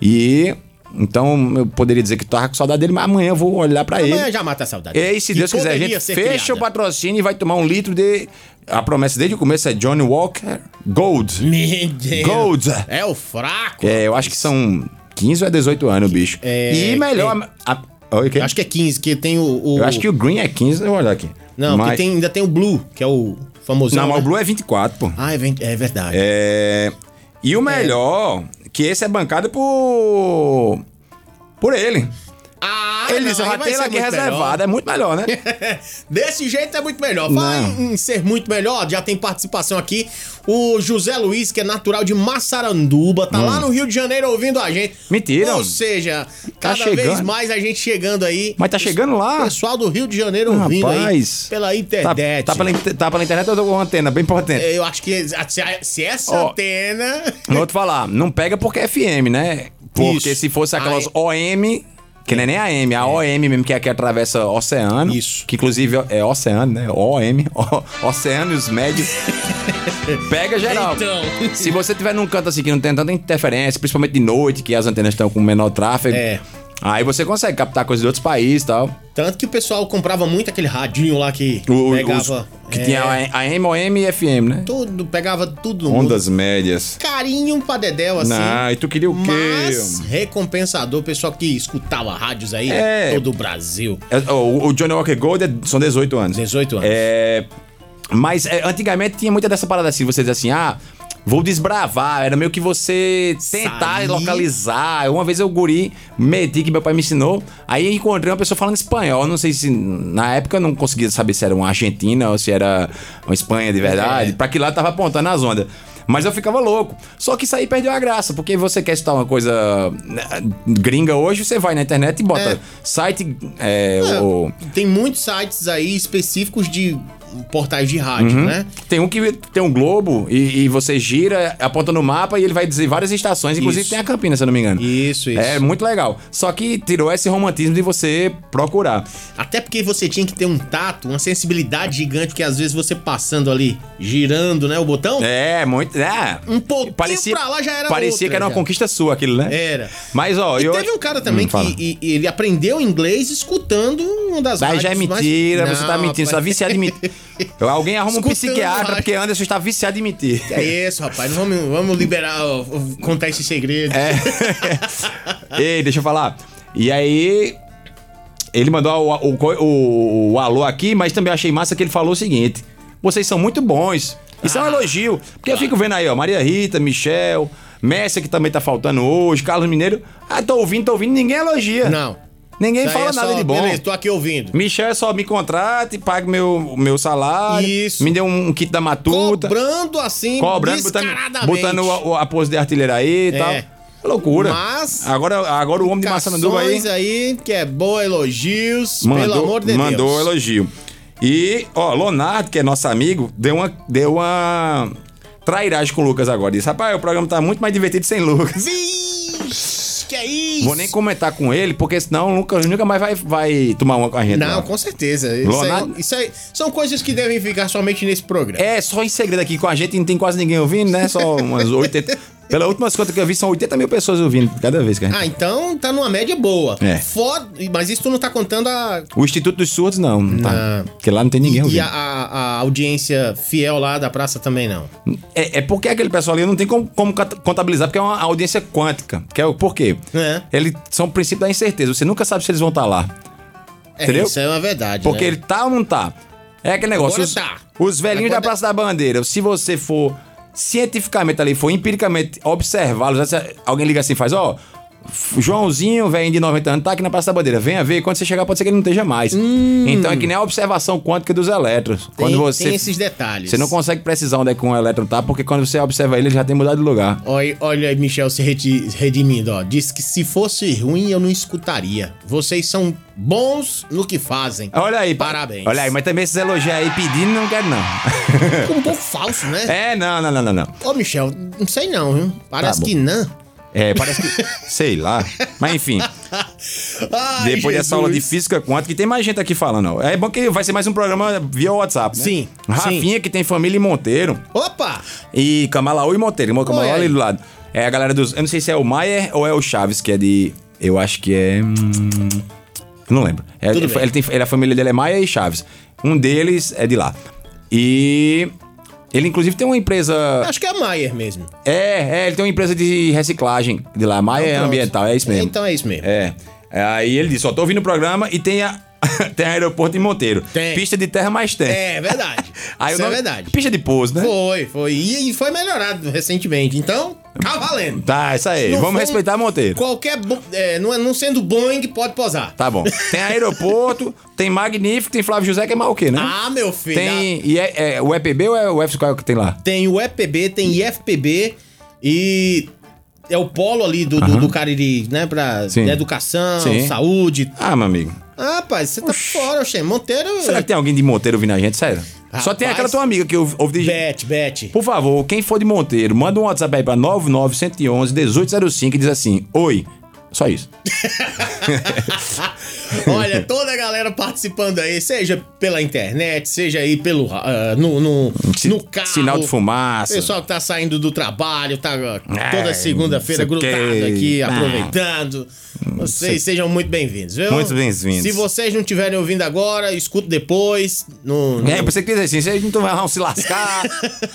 Speaker 6: E. Então, eu poderia dizer que tava com saudade dele, mas amanhã eu vou olhar pra
Speaker 2: Amanhã
Speaker 6: ele. É,
Speaker 2: já mata a saudade.
Speaker 6: E aí, se
Speaker 2: Que
Speaker 6: Deus quiser, a
Speaker 2: poderia
Speaker 6: gente
Speaker 2: ser
Speaker 6: fecha o
Speaker 2: criada.
Speaker 6: patrocínio e vai tomar um litro de. A promessa desde o começo é Johnny Walker Gold.
Speaker 2: Meu Deus.
Speaker 6: Gold.
Speaker 2: É o fraco.
Speaker 6: É, eu acho que são 15 ou é 18 anos, bicho.
Speaker 2: É,
Speaker 6: e melhor. a- a- Oi, o quê?
Speaker 2: Acho que é 15, que tem o. o-
Speaker 6: eu acho que o Green é 15, eu vou olhar aqui.
Speaker 2: Não,
Speaker 6: mas...
Speaker 2: que tem, ainda tem o Blue, que é o famosinho.
Speaker 6: Não, mas o
Speaker 2: né?
Speaker 6: Blue é 24, pô.
Speaker 2: Ah, é, ven- é verdade.
Speaker 6: É, E o melhor, que esse é bancado por. por ele.
Speaker 2: Ah,
Speaker 6: ele
Speaker 2: não,
Speaker 6: disse, eu
Speaker 2: aí vai
Speaker 6: já
Speaker 2: ser
Speaker 6: tenho ela aqui
Speaker 2: muito melhor.
Speaker 6: reservada, é muito melhor, né?
Speaker 2: <laughs> Desse jeito é muito melhor. Vai
Speaker 6: Não.
Speaker 2: em ser muito melhor. Já tem participação aqui. O José Luiz, que é natural de Massaranduba, tá lá no Rio de Janeiro ouvindo a gente.
Speaker 6: Hum. Mentira.
Speaker 2: Ou seja,
Speaker 6: Tá
Speaker 2: cada vez
Speaker 6: chegando.
Speaker 2: mais a gente chegando aí.
Speaker 6: Mas tá chegando lá.
Speaker 2: Pessoal do Rio de Janeiro ouvindo
Speaker 6: Rapaz.
Speaker 2: aí pela internet.
Speaker 6: Tá, tá pela, inter- tá pela internet ou tô com uma antena bem potente?
Speaker 2: Eu acho que se, se essa
Speaker 6: Ó.
Speaker 2: antena.
Speaker 6: Não vou te falar, não pega porque é FM, né? Porque
Speaker 2: Isso.
Speaker 6: se fosse aquelas
Speaker 2: Ah,
Speaker 6: OM, que não é nem a AM, a OM mesmo, que é a que atravessa o oceano.
Speaker 2: Isso.
Speaker 6: Que inclusive é oceano, né? OM, <laughs> o, oceanos médios. pega geral.
Speaker 2: Então.
Speaker 6: Se você tiver num canto assim que não tem tanta interferência, principalmente de noite, que as antenas estão com menor tráfego.
Speaker 2: É.
Speaker 6: Aí você consegue captar coisas de outros países e tal.
Speaker 2: Tanto que o pessoal comprava muito aquele radinho lá que
Speaker 6: O- os-
Speaker 2: pegava.
Speaker 6: que
Speaker 2: é,
Speaker 6: tinha a AM, OM e FM, né?
Speaker 2: tudo, pegava tudo no mundo.
Speaker 6: Ondas médias.
Speaker 2: carinho pra Dedéu, assim.
Speaker 6: Ah, e tu queria o quê?
Speaker 2: Mas recompensador, o pessoal que escutava rádios aí,
Speaker 6: É.
Speaker 2: todo o Brasil.
Speaker 6: É, O, o Johnny Walker Gold é- são 18 anos.
Speaker 2: 18 anos.
Speaker 6: É, mas é, antigamente tinha muita dessa parada assim, você diz assim, ah, vou desbravar. Era meio que você tentar
Speaker 2: Sair.
Speaker 6: localizar. Uma vez eu guri, meti que meu pai me ensinou. Aí encontrei uma pessoa falando espanhol. Não sei se na época eu não conseguia saber se era uma Argentina ou se era uma Espanha de verdade.
Speaker 2: É.
Speaker 6: Pra que lá tava apontando as ondas. Mas eu ficava louco. Só que isso aí perdeu a graça, porque você quer estudar uma coisa né, gringa hoje, você vai na internet e bota
Speaker 2: É.
Speaker 6: site. é,
Speaker 2: É,
Speaker 6: o-
Speaker 2: Tem muitos sites aí específicos de portais de rádio, né?
Speaker 6: Tem um que tem um globo e, e você gira, aponta no mapa e ele vai dizer várias estações, inclusive
Speaker 2: Isso.
Speaker 6: tem a Campina, se eu não me engano.
Speaker 2: Isso, isso.
Speaker 6: É muito legal. Só que tirou esse romantismo de você
Speaker 2: <laughs>
Speaker 6: procurar.
Speaker 2: Até porque você tinha que ter um tato, uma sensibilidade gigante, porque às vezes você passando ali, girando, né, o botão,
Speaker 6: É, muito. É.
Speaker 2: um pouquinho pra lá já era
Speaker 6: Parecia
Speaker 2: outra,
Speaker 6: que era uma
Speaker 2: já.
Speaker 6: conquista sua aquilo, né?
Speaker 2: Era.
Speaker 6: Mas, ó,
Speaker 2: E
Speaker 6: eu.
Speaker 2: teve um cara também
Speaker 6: Hum, fala.
Speaker 2: que e- e ele aprendeu inglês escutando uma das
Speaker 6: Aí já é
Speaker 2: rádios mais-
Speaker 6: mentira, você tá
Speaker 2: Não,
Speaker 6: mentindo, você tá
Speaker 2: rapaz. É <laughs>
Speaker 6: viciado em mentir. Alguém arruma um
Speaker 2: Escutando
Speaker 6: psiquiatra
Speaker 2: rádio.
Speaker 6: porque Anderson está viciado em mentir.
Speaker 2: É isso, rapaz. Não vamos, vamos liberar, ó, ó, contar esse segredo.
Speaker 6: É. Ei, deixa eu falar. E aí. Ele mandou o, o, co- o- o alô aqui, mas também achei massa que ele falou o seguinte: vocês são muito bons. Isso
Speaker 2: Ah.
Speaker 6: é um elogio. Porque eu fico vendo aí, ó, Maria Rita, Michel, Messi, que também tá faltando hoje, Carlos Mineiro. Ah, tô ouvindo, tô ouvindo, ninguém elogia.
Speaker 2: Não.
Speaker 6: Ninguém
Speaker 2: Isso aí
Speaker 6: fala
Speaker 2: é
Speaker 6: nada
Speaker 2: só-
Speaker 6: de bom.
Speaker 2: Beleza, tô aqui ouvindo.
Speaker 6: Michel é só me contrata e paga meu, meu salário.
Speaker 2: Isso.
Speaker 6: Me dê um, kit da matuta.
Speaker 2: Cobrando assim,
Speaker 6: cobrando, né? botando,
Speaker 2: descaradamente.
Speaker 6: botando o- o- a pose de artilheiro aí e
Speaker 2: É.
Speaker 6: tal. Loucura.
Speaker 2: Mas-
Speaker 6: Agora, agora o homem de Massaranduba aí.
Speaker 2: Indicações aí, que é boa, elogios,
Speaker 6: Mandou,
Speaker 2: pelo amor de
Speaker 6: mandou
Speaker 2: Deus.
Speaker 6: elogio. E, ó, Leonardo, que é nosso amigo, deu uma, deu uma trairagem com o Lucas agora. Disse, rapaz, o programa tá muito mais divertido sem Lucas.
Speaker 2: Vixe, que é isso?
Speaker 6: Vou nem comentar com ele, porque senão o Lucas nunca mais vai, vai tomar uma com a gente.
Speaker 2: Não,
Speaker 6: lá.
Speaker 2: com certeza. Isso
Speaker 6: Leonardo-
Speaker 2: aí, isso aí são coisas que devem ficar somente nesse programa. <laughs>
Speaker 6: É, só em segredo aqui com a gente, não tem quase ninguém ouvindo, né? Só umas 80. Pelas últimas contas que eu vi, são 80 mil pessoas ouvindo cada vez, cara.
Speaker 2: Ah, então tá numa média boa.
Speaker 6: É.
Speaker 2: Foda, mas isso tu não tá contando a.
Speaker 6: O Instituto dos Surdos, não. não tá.
Speaker 2: Não.
Speaker 6: Porque lá não tem ninguém
Speaker 2: e
Speaker 6: ouvindo.
Speaker 2: a, a- a audiência fiel lá da praça também não.
Speaker 6: É, é porque aquele pessoal ali não tem como, como cat- contabilizar, porque é uma audiência quântica. Que é o por quê?
Speaker 2: É.
Speaker 6: Eles são o princípio da incerteza. Você nunca sabe se eles vão estar lá.
Speaker 2: É,
Speaker 6: Entendeu?
Speaker 2: Isso é uma verdade.
Speaker 6: Porque
Speaker 2: né?
Speaker 6: ele tá ou não tá? É aquele negócio.
Speaker 2: Agora
Speaker 6: Os,
Speaker 2: tá.
Speaker 6: os velhinhos da
Speaker 2: Agora-
Speaker 6: Praça da Bandeira, se você for cientificamente ali, for empiricamente observá-los, essa- alguém liga assim e faz, ó. F- Joãozinho, velho de 90 anos, tá aqui na Praça da Bandeira. Venha ver, quando você chegar, pode ser que ele não esteja mais. Então é que nem a observação quântica dos elétrons.
Speaker 2: Hum. Tem-
Speaker 6: quando você.
Speaker 2: tem esses detalhes.
Speaker 6: Você não consegue precisar onde é que um elétron tá, porque quando você observa ele, ele já tem mudado de lugar.
Speaker 2: Olha, olha aí, Michel se redi- redimindo, ó. Diz que se fosse ruim, eu não escutaria. Vocês são bons no que fazem.
Speaker 6: Olha aí, pa-
Speaker 2: Parabéns.
Speaker 6: Olha aí, mas também esses elogios aí pedindo, não quero
Speaker 2: <laughs>
Speaker 6: não.
Speaker 2: Fica um pouco falso, né?
Speaker 6: É, não, não, não, não, não.
Speaker 2: Ô, Michel, não sei não, viu? Parece
Speaker 6: bom.
Speaker 2: que não. <laughs>
Speaker 6: É, parece que. sei lá. Mas enfim.
Speaker 2: Ai,
Speaker 6: Depois dessa aula de física quântica, que tem mais gente aqui falando, ó. É bom que vai ser mais um programa via WhatsApp, né?
Speaker 2: Sim,
Speaker 6: Rafinha, que tem família em Monteiro.
Speaker 2: Opa!
Speaker 6: E Camalaú e Monteiro. Camalaú
Speaker 2: Oi,
Speaker 6: ali
Speaker 2: aí.
Speaker 6: do lado. É a galera dos. Eu não sei se é o Maier ou é o Chaves, que é de. Eu acho que é. hum, Não lembro. É,
Speaker 2: Tudo
Speaker 6: ele,
Speaker 2: bem.
Speaker 6: ele tem, ele- a família dele é Maia e Chaves. Um deles é de lá. E. Ele, inclusive, tem uma empresa.
Speaker 2: Acho que é Maier mesmo.
Speaker 6: É, é, ele tem uma empresa de reciclagem de lá. Maia é
Speaker 2: Pronto.
Speaker 6: ambiental, é isso mesmo.
Speaker 2: Então é isso mesmo.
Speaker 6: É. Aí ele disse: Ó, tô ouvindo o programa e tem, a, <laughs> tem aeroporto em Monteiro.
Speaker 2: Tem.
Speaker 6: Pista de terra mais tem.
Speaker 2: É, verdade.
Speaker 6: <laughs> Aí o
Speaker 2: Isso é
Speaker 6: nome-
Speaker 2: verdade.
Speaker 6: Pista de pouso, né?
Speaker 2: Foi, foi. E, e foi melhorado recentemente. Então, tá valendo.
Speaker 6: Tá, isso aí.
Speaker 2: Não
Speaker 6: Vamos
Speaker 2: foi-
Speaker 6: respeitar Monteiro.
Speaker 2: Qualquer. bo- é, não, é- não sendo Boeing, pode posar.
Speaker 6: Tá bom.
Speaker 2: <laughs>
Speaker 6: Tem aeroporto, tem Magnífico, tem Flávio José, que é mal o quê, né?
Speaker 2: Ah, meu filho.
Speaker 6: tem. E é, é o EPB ou é o F qual é o que tem lá?
Speaker 2: Tem o EPB, tem IFPB e é o polo ali do, do, do Cariri, né? Pra
Speaker 6: Sim.
Speaker 2: da educação,
Speaker 6: Sim.
Speaker 2: saúde.
Speaker 6: Ah, meu amigo.
Speaker 2: Ah, rapaz, você tá fora, Oxê. Monteiro.
Speaker 6: Será que tem alguém de Monteiro ouvindo a gente? Sério? Só tem
Speaker 2: Rapaz.
Speaker 6: aquela tua amiga que ouve, ouve de.
Speaker 2: Bet, bet.
Speaker 6: Por favor, quem for de Monteiro, manda um WhatsApp aí pra 99111-1805 e diz assim: Oi. Só isso.
Speaker 2: Ah, Olha, toda a galera participando aí, seja pela internet, seja aí pelo, ah, no, no, <laughs>
Speaker 6: Si-
Speaker 2: no carro.
Speaker 6: Sinal de fumaça.
Speaker 2: Pessoal que tá saindo do trabalho, tá ah,
Speaker 6: É,
Speaker 2: toda segunda-feira
Speaker 6: não sei o
Speaker 2: grudado
Speaker 6: quê.
Speaker 2: aqui,
Speaker 6: Ah.
Speaker 2: aproveitando. Vocês sejam muito bem-vindos, viu?
Speaker 6: Muito bem-vindos.
Speaker 2: Se vocês não estiverem ouvindo agora, escuto depois. No, no-
Speaker 6: É, eu pensei que dizer assim, vocês não vão
Speaker 2: <laughs>
Speaker 6: se lascar.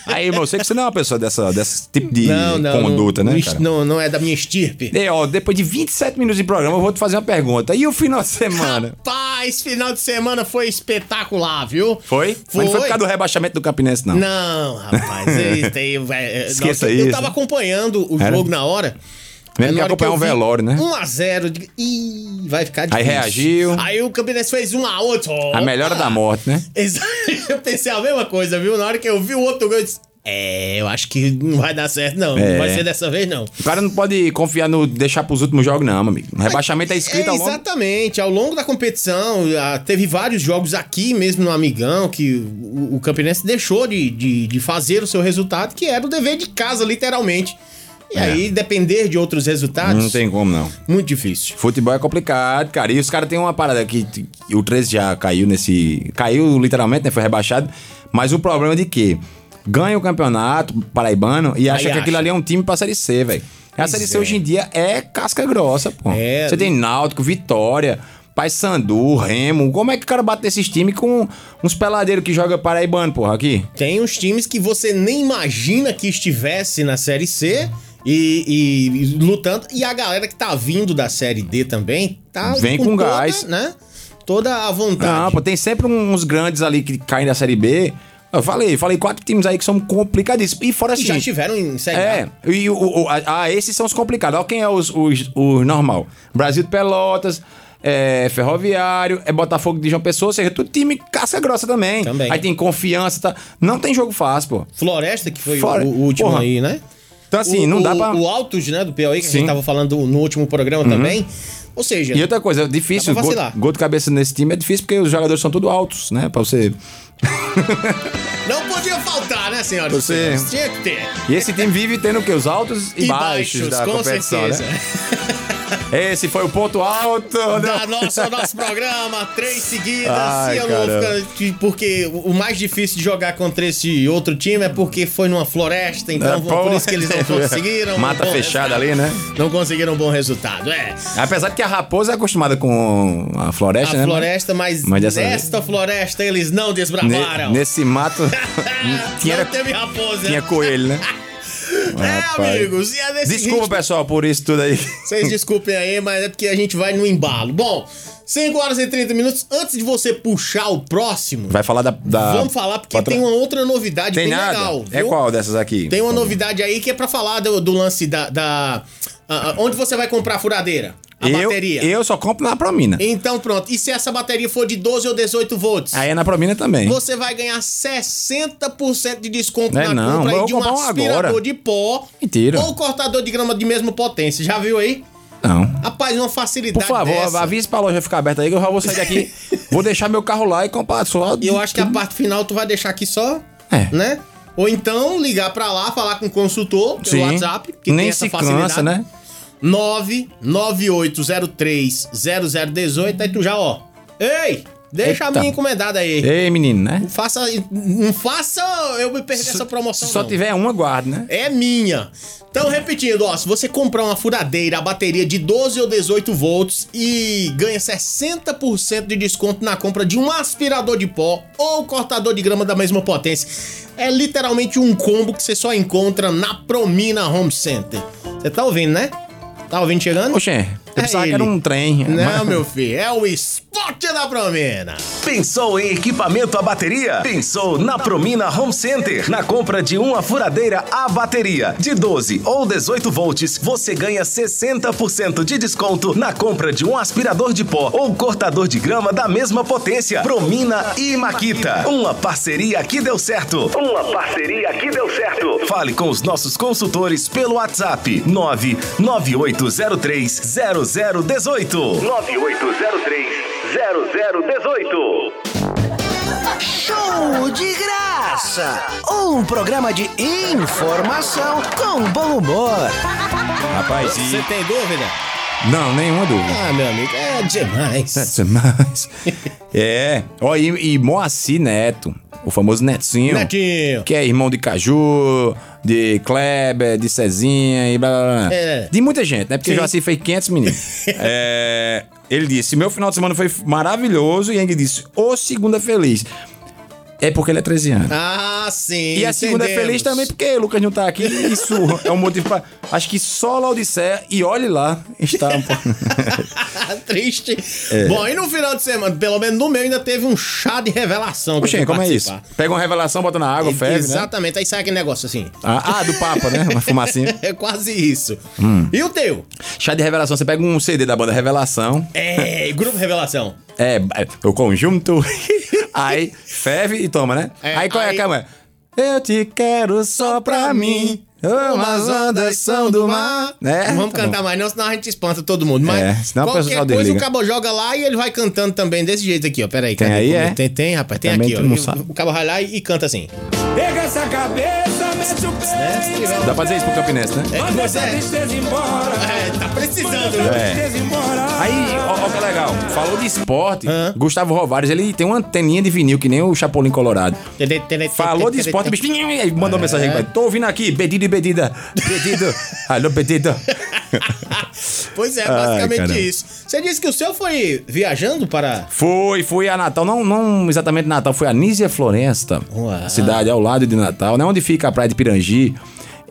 Speaker 6: Aí, meu, eu sei que você não é uma pessoa dessa, desse tipo de conduta,
Speaker 2: não,
Speaker 6: né,
Speaker 2: est-
Speaker 6: cara?
Speaker 2: Não, não é da minha estirpe.
Speaker 6: E, ó, depois de 27 minutos de programa, eu vou te fazer uma pergunta. E o final de semana?
Speaker 2: Rapaz, final de semana foi espetacular, viu?
Speaker 6: Foi? Mas
Speaker 2: Foi.
Speaker 6: não foi por causa do rebaixamento do Campinense, não.
Speaker 2: Não, rapaz.
Speaker 6: <laughs>
Speaker 2: isso aí, é, é,
Speaker 6: Esqueça
Speaker 2: nossa, eu,
Speaker 6: isso.
Speaker 2: tava acompanhando o
Speaker 6: Era?
Speaker 2: jogo na hora.
Speaker 6: Mesmo que
Speaker 2: Na hora
Speaker 6: acompanhar
Speaker 2: eu
Speaker 6: um
Speaker 2: vi
Speaker 6: velório, né?
Speaker 2: 1x0. digo, Ih, vai ficar difícil.
Speaker 6: reagiu.
Speaker 2: Aí o Campinense fez 1x8.
Speaker 6: A melhora da morte, né?
Speaker 2: <laughs> Eu pensei a mesma coisa, viu? Na hora que eu vi o outro gol, eu disse... É, eu acho que não vai dar certo, não.
Speaker 6: É.
Speaker 2: Não vai ser dessa vez, não.
Speaker 6: O cara não pode confiar no deixar pros últimos jogos, não, meu amigo. Rebaixamento é escrito
Speaker 2: É,
Speaker 6: ao longo.
Speaker 2: Exatamente. Ao longo da competição, ah, teve vários jogos aqui mesmo no Amigão que o, o Campinense deixou de, de, de fazer o seu resultado, que era o dever de casa, literalmente. E aí, depender de outros resultados,
Speaker 6: É. Não tem como, não.
Speaker 2: muito difícil.
Speaker 6: Futebol é complicado, cara. E os caras têm uma parada que que o 13 já caiu nesse. Caiu literalmente, né? Foi rebaixado. Mas o problema é de que ganha o campeonato paraibano e acha que
Speaker 2: acha.
Speaker 6: aquilo ali é um time pra Série C, velho. A Série C hoje em dia é casca grossa, pô.
Speaker 2: É.
Speaker 6: Você tem Náutico, Vitória, Paysandu, Remo. Como é que o cara bate nesses times com uns peladeiros que joga paraibano, porra, aqui?
Speaker 2: Tem uns times que você nem imagina que estivesse na Série C e, e- e lutando. E a galera que tá vindo da Série D também tá
Speaker 6: Vem com
Speaker 2: toda,
Speaker 6: gás.
Speaker 2: né? Toda a vontade.
Speaker 6: Não, pô, tem sempre um, uns grandes ali que caem da Série B. Eu falei, falei quatro times aí que são complicadíssimos. E
Speaker 2: e
Speaker 6: fora assim.
Speaker 2: já estiveram em Série A.
Speaker 6: É, e o, o- a- ah, esses são os complicados. Olha quem é os, os, os normal. Brasil de Pelotas, é Ferroviário, é Botafogo de João Pessoa, ou seja, tudo time casca grossa também.
Speaker 2: Também.
Speaker 6: Aí tem confiança, tá? Não tem jogo fácil, pô.
Speaker 2: Floresta, que foi
Speaker 6: Fora-
Speaker 2: o, o último
Speaker 6: Porra.
Speaker 2: aí, né?
Speaker 6: Então, assim,
Speaker 2: O-
Speaker 6: não
Speaker 2: o-
Speaker 6: dá pra.
Speaker 2: O Altos, né, do Piauí, que a
Speaker 6: Sim. Uhum.
Speaker 2: gente tava falando no último programa também. Ou seja,
Speaker 6: E outra coisa, é
Speaker 2: Dá
Speaker 6: difícil.
Speaker 2: pra
Speaker 6: Gol,
Speaker 2: vacilar.
Speaker 6: gol de cabeça nesse time é difícil porque os jogadores são tudo altos, né? Pra você.
Speaker 2: não podia faltar, né, senhora?
Speaker 6: Você-
Speaker 2: Tinha que ter.
Speaker 6: E esse time vive tendo o quê? Os altos e, baixos, da competição, né?
Speaker 2: <laughs>
Speaker 6: Esse foi o ponto alto. né?
Speaker 2: Da nossa, nosso programa, três seguidas.
Speaker 6: Ai,
Speaker 2: e eu não vou
Speaker 6: caramba.
Speaker 2: ficar- porque o mais difícil de jogar contra esse outro time é porque foi numa floresta, então
Speaker 6: <laughs> É,
Speaker 2: por
Speaker 6: pô.
Speaker 2: isso que eles não conseguiram. um
Speaker 6: Mata
Speaker 2: bom
Speaker 6: fechada
Speaker 2: resultado.
Speaker 6: ali, né?
Speaker 2: Não conseguiram um bom resultado, é.
Speaker 6: Apesar de que a raposa é acostumada com a floresta,
Speaker 2: A
Speaker 6: né?
Speaker 2: floresta, mas,
Speaker 6: mas dessa vez-
Speaker 2: nesta floresta eles não
Speaker 6: Ne-
Speaker 2: desbravaram. <laughs>
Speaker 6: nesse mato tinha,
Speaker 2: não teve raposa.
Speaker 6: tinha coelho, né?
Speaker 2: É,
Speaker 6: Rapaz.
Speaker 2: amigos, e é nesse
Speaker 6: Desculpa,
Speaker 2: ritmo-
Speaker 6: pessoal, por isso tudo aí.
Speaker 2: Vocês desculpem aí, mas é porque a gente vai no embalo. Bom, 5 horas e 30 minutos. Antes de você puxar o próximo,
Speaker 6: Vai falar da. da-
Speaker 2: vamos falar porque
Speaker 6: patra-
Speaker 2: tem uma outra novidade
Speaker 6: Ah, Tem
Speaker 2: bem
Speaker 6: nada?
Speaker 2: legal.
Speaker 6: é
Speaker 2: viu?
Speaker 6: qual dessas aqui?
Speaker 2: Tem uma novidade aí que é pra falar do, do lance da. da- a- a- onde você vai comprar a furadeira? A
Speaker 6: eu,
Speaker 2: bateria.
Speaker 6: Eu só compro na Promina.
Speaker 2: Então pronto. E se essa bateria for de 12 ou 18 volts?
Speaker 6: Aí é na Promina também.
Speaker 2: Você vai ganhar 60% de desconto
Speaker 6: Não é
Speaker 2: na
Speaker 6: não,
Speaker 2: compra aí
Speaker 6: vou
Speaker 2: de um
Speaker 6: comprar um
Speaker 2: aspirador
Speaker 6: agora.
Speaker 2: de pó
Speaker 6: Mentira.
Speaker 2: ou cortador de grama de mesma potência. Já viu aí?
Speaker 6: Não.
Speaker 2: Rapaz, uma facilidade
Speaker 6: Por favor,
Speaker 2: tá dessa.
Speaker 6: avise pra loja ficar aberta aí que eu já vou
Speaker 2: <laughs>
Speaker 6: sair daqui. vou deixar meu carro lá e comprar só.
Speaker 2: E eu acho que a parte final tu vai deixar aqui só,
Speaker 6: Então? É.
Speaker 2: né? Ou então ligar pra lá, falar com o consultor pelo
Speaker 6: Sim.
Speaker 2: WhatsApp, que
Speaker 6: Nem
Speaker 2: tem essa
Speaker 6: se
Speaker 2: facilidade.
Speaker 6: cansa, né?
Speaker 2: 998030018, aí tu já, ó. Ei, deixa a
Speaker 6: Eita.
Speaker 2: minha encomendada aí.
Speaker 6: Ei, menino, né?
Speaker 2: Não faça, não faça eu me perder essa promoção
Speaker 6: Se só
Speaker 2: não.
Speaker 6: tiver uma, guarda, né?
Speaker 2: É minha. Então, repetindo, ó, se você comprar uma furadeira, a bateria é de 12 ou 18 volts e ganha 60% de desconto na compra de um aspirador de pó ou cortador de grama da mesma potência. É literalmente um combo que você só encontra na Promina Home Center. Você tá ouvindo, né? Tá ouvindo chegando? É
Speaker 6: Oxê, eu pensava que era
Speaker 2: ele.
Speaker 6: um trem.
Speaker 2: Não,
Speaker 6: mas-
Speaker 2: meu filho, é o spot da Promina.
Speaker 4: Pensou em equipamento à bateria? Pensou na Promina Home Center. Na compra de uma furadeira à bateria de 12 ou 18 volts, você ganha 60% de desconto na compra de um aspirador de pó ou cortador de grama da mesma potência. Promina e Maquita. Uma parceria que deu certo. Uma parceria que deu certo. Fale com os nossos consultores pelo WhatsApp 99803 0018.
Speaker 8: 9803-0018.
Speaker 1: Show de graça! Um programa de informação com bom humor.
Speaker 6: Rapaz, e-
Speaker 2: É. Você tem dúvida?
Speaker 6: Não, nenhuma dúvida.
Speaker 2: Ah, meu amigo, é demais.
Speaker 6: That's <laughs> demais. é. Ó, e, e Moacir Neto, o famoso Netinho.
Speaker 2: Netinho.
Speaker 6: Que é irmão de Caju, de Kleber, de Cezinha e blá blá blá.
Speaker 2: É.
Speaker 6: De muita gente, né? Porque
Speaker 2: Sim.
Speaker 6: já se fez 500
Speaker 2: <laughs>
Speaker 6: meninos. É, ele disse: Meu final de semana foi maravilhoso. E ele disse: Ô, segunda feliz. É porque ele é 13 anos.
Speaker 2: Ah, sim.
Speaker 6: E a segunda é
Speaker 2: entendemos.
Speaker 6: feliz
Speaker 2: <laughs>
Speaker 6: também, porque o Lucas não tá aqui. Isso é um motivo pra. Acho que só Laodicea, e olhe lá, está.
Speaker 2: <laughs>
Speaker 6: um po-
Speaker 2: Ah, Triste.
Speaker 6: É.
Speaker 2: Bom, e no final de semana, pelo menos no meu, ainda teve um chá de revelação. que eu
Speaker 6: Puxa,
Speaker 2: fui
Speaker 6: como é isso?
Speaker 2: participar.
Speaker 6: Pega uma revelação, bota na
Speaker 2: É,
Speaker 6: água, ferve, né?
Speaker 2: Exatamente, aí sai aquele negócio assim. <laughs>
Speaker 6: Ah, ah, do Papa, né? Uma fumacinha.
Speaker 2: É quase isso.
Speaker 6: Hum.
Speaker 2: E o teu?
Speaker 6: Chá de revelação, você pega um CD da banda Revelação.
Speaker 2: É, grupo revelação.
Speaker 6: É, é, o conjunto. <laughs> aí ferve e toma, né?
Speaker 2: É,
Speaker 6: aí qual é
Speaker 2: aí-
Speaker 6: a cama? Eu te quero só pra mim. Umas ondas são do mar. Né?
Speaker 2: Não vamos
Speaker 6: Tá bom.
Speaker 2: cantar mais, não, senão a gente espanta todo mundo. Mas
Speaker 6: É, senão o
Speaker 2: qualquer
Speaker 6: pessoal
Speaker 2: coisa
Speaker 6: desliga.
Speaker 2: o cabo joga lá e ele vai cantando também desse jeito aqui, ó. Pera aí,
Speaker 6: Tem aí, é?
Speaker 2: Tem, tem, rapaz, tem
Speaker 6: Também
Speaker 2: aqui, ó.
Speaker 6: tu não
Speaker 2: E
Speaker 6: sabe.
Speaker 2: O cabo vai lá e, e canta assim.
Speaker 9: Pega essa cabeça, mete o pé.
Speaker 6: Né? Dá pra dizer isso pro Campinense, né?
Speaker 2: É,
Speaker 9: Manda essa
Speaker 2: é,
Speaker 9: tristeza embora.
Speaker 2: é, tá precisando, né?
Speaker 9: Essa
Speaker 6: É.
Speaker 9: tristeza embora.
Speaker 6: Aí, ó, ó que legal. Falou de esporte. Gustavo Rovares, ele tem uma anteninha de vinil que nem o Chapolin Colorado. Falou de esporte, bicho. Aí mandou uma mensagem aqui. Tô ouvindo aqui, pedido e pedida. Pedido. Alô, pedido.
Speaker 2: <laughs> Pois é,
Speaker 6: Ai,
Speaker 2: basicamente
Speaker 6: caramba.
Speaker 2: isso. Você disse que o seu foi viajando para.
Speaker 6: Foi, foi a Natal. Não, não exatamente Natal, foi a Nízia Floresta.
Speaker 2: Uau.
Speaker 6: Cidade ao lado de Natal, né? Onde fica a Praia de Pirangi.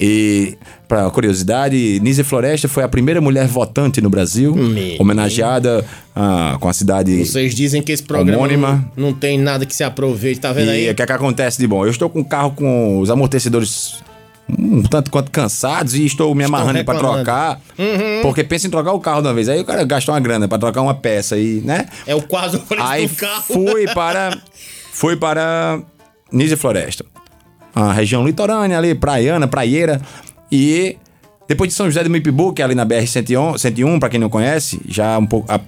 Speaker 6: E, pra curiosidade, Nízia Floresta foi a primeira mulher votante no Brasil.
Speaker 2: Meu
Speaker 6: homenageada ah, com a cidade.
Speaker 2: Vocês dizem que esse programa
Speaker 6: Homônima.
Speaker 2: não, não tem nada que se aproveite, tá vendo
Speaker 6: E
Speaker 2: aí?
Speaker 6: o que, é que acontece de bom? Eu estou com o carro com os amortecedores um tanto quanto cansados e estou me amarrando para
Speaker 2: reclamando. Uhum.
Speaker 6: trocar. Porque pensa em trocar o carro de uma vez. Aí o cara gastou uma grana para trocar uma peça aí, né?
Speaker 2: É o quase o preço
Speaker 6: Aí
Speaker 2: do carro.
Speaker 6: fui para. Fui para Nízia Floresta. A região litorânea ali, praiana, praieira. E depois de São José do Mipibu, que é ali na BR-101, para um, quem não conhece, já um pouco. A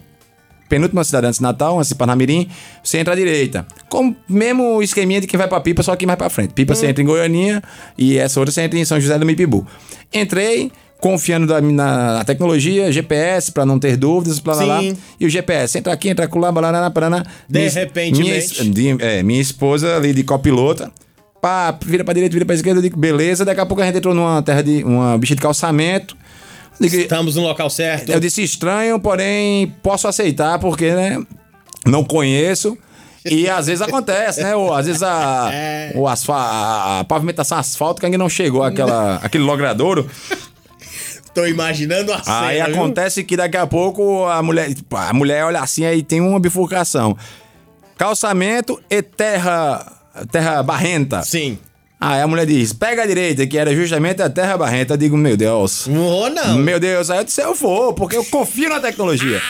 Speaker 6: penúltima cidade antes de Natal, antes de Parnamirim, você entra à direita. Com o mesmo esqueminha de quem vai pra Pipa,
Speaker 2: Hum.
Speaker 6: só que mais pra frente. Pipa você entra em Goianinha e essa outra você entra em São José do Mipibu. Entrei, confiando da- na, na tecnologia, GPS, pra não ter dúvidas, blá, blá, blá.
Speaker 2: Sim.
Speaker 6: E o GPS, entra aqui, entra lá, blá, blá, blá, blá, blá.
Speaker 2: De
Speaker 6: Minha es-
Speaker 2: repentemente.
Speaker 6: Minha, es- de- é, minha esposa ali de copilota, pá, vira pra direita, vira pra esquerda, eu digo, beleza. Daqui a pouco a gente entrou numa terra de, uma bicha de calçamento. Digo,
Speaker 2: Estamos no local certo.
Speaker 6: eu disse estranho, porém posso aceitar porque, né? Não conheço. E às vezes acontece, né? Ou às vezes a, o asfa- a a pavimentação asfáltica ainda não chegou àquela, àquele logradouro.
Speaker 2: Tô imaginando a cena.
Speaker 6: Aí
Speaker 2: viu?
Speaker 6: acontece que daqui a pouco a mulher, a mulher olha assim aí tem uma bifurcação. Calçamento e terra terra barrenta.
Speaker 2: Sim.
Speaker 6: Aí a mulher diz: "Pega a direita", que era justamente a terra barrenta. Eu digo: "Meu Deus".
Speaker 2: Ou não.
Speaker 6: Meu Deus, aí eu disse, eu vou, porque eu confio na tecnologia.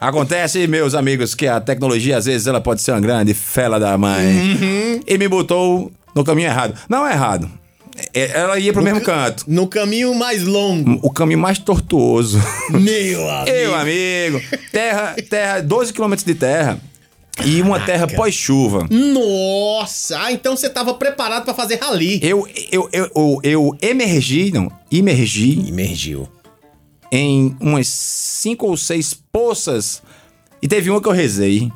Speaker 6: Acontece, meus amigos, que a tecnologia, às vezes, ela pode ser uma grande fela da mãe. E me botou no caminho errado. Não é errado. É- Ela ia pro mesmo canto.
Speaker 2: No caminho mais
Speaker 6: <laughs>
Speaker 2: longo.
Speaker 6: O caminho mais tortuoso.
Speaker 2: Meu amigo.
Speaker 6: Meu amigo, terra, terra, 12 quilômetros de terra. E uma terra pós-chuva.
Speaker 2: Nossa! Ah, então você tava preparado pra fazer rally.
Speaker 6: Eu, eu, eu, eu, eu emergi, não, emergi
Speaker 2: Emergiu.
Speaker 6: em umas cinco ou seis poças. E teve uma que eu rezei.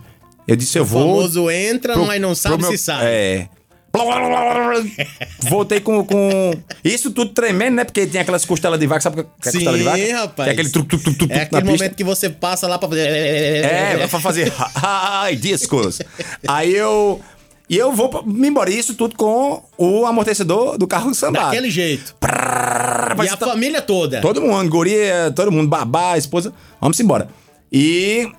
Speaker 6: Eu disse, eu
Speaker 2: O
Speaker 6: vou.
Speaker 2: famoso entra,
Speaker 6: pro-
Speaker 2: mas não sabe
Speaker 6: pro meu-
Speaker 2: se sabe.
Speaker 6: É.
Speaker 2: <laughs>
Speaker 6: Voltei com, com. Isso tudo tremendo, né? Porque tem aquelas costelas de vaca. Sabe o que é
Speaker 2: Sim,
Speaker 6: costela de vaca?
Speaker 2: rapaz.
Speaker 6: Que é aquele truc, truc, truc, truc
Speaker 2: É
Speaker 6: na
Speaker 2: aquele
Speaker 6: pista.
Speaker 2: momento que você passa lá pra fazer.
Speaker 6: É, pra fazer ai, discos. Aí eu. E eu vou pra- me embora. Isso tudo com o amortecedor do carro samba.
Speaker 2: Daquele jeito. e
Speaker 6: Ah. Mas
Speaker 2: a
Speaker 6: tá-
Speaker 2: família toda.
Speaker 6: Todo mundo, guria, todo mundo, babá, esposa. Vamos embora. E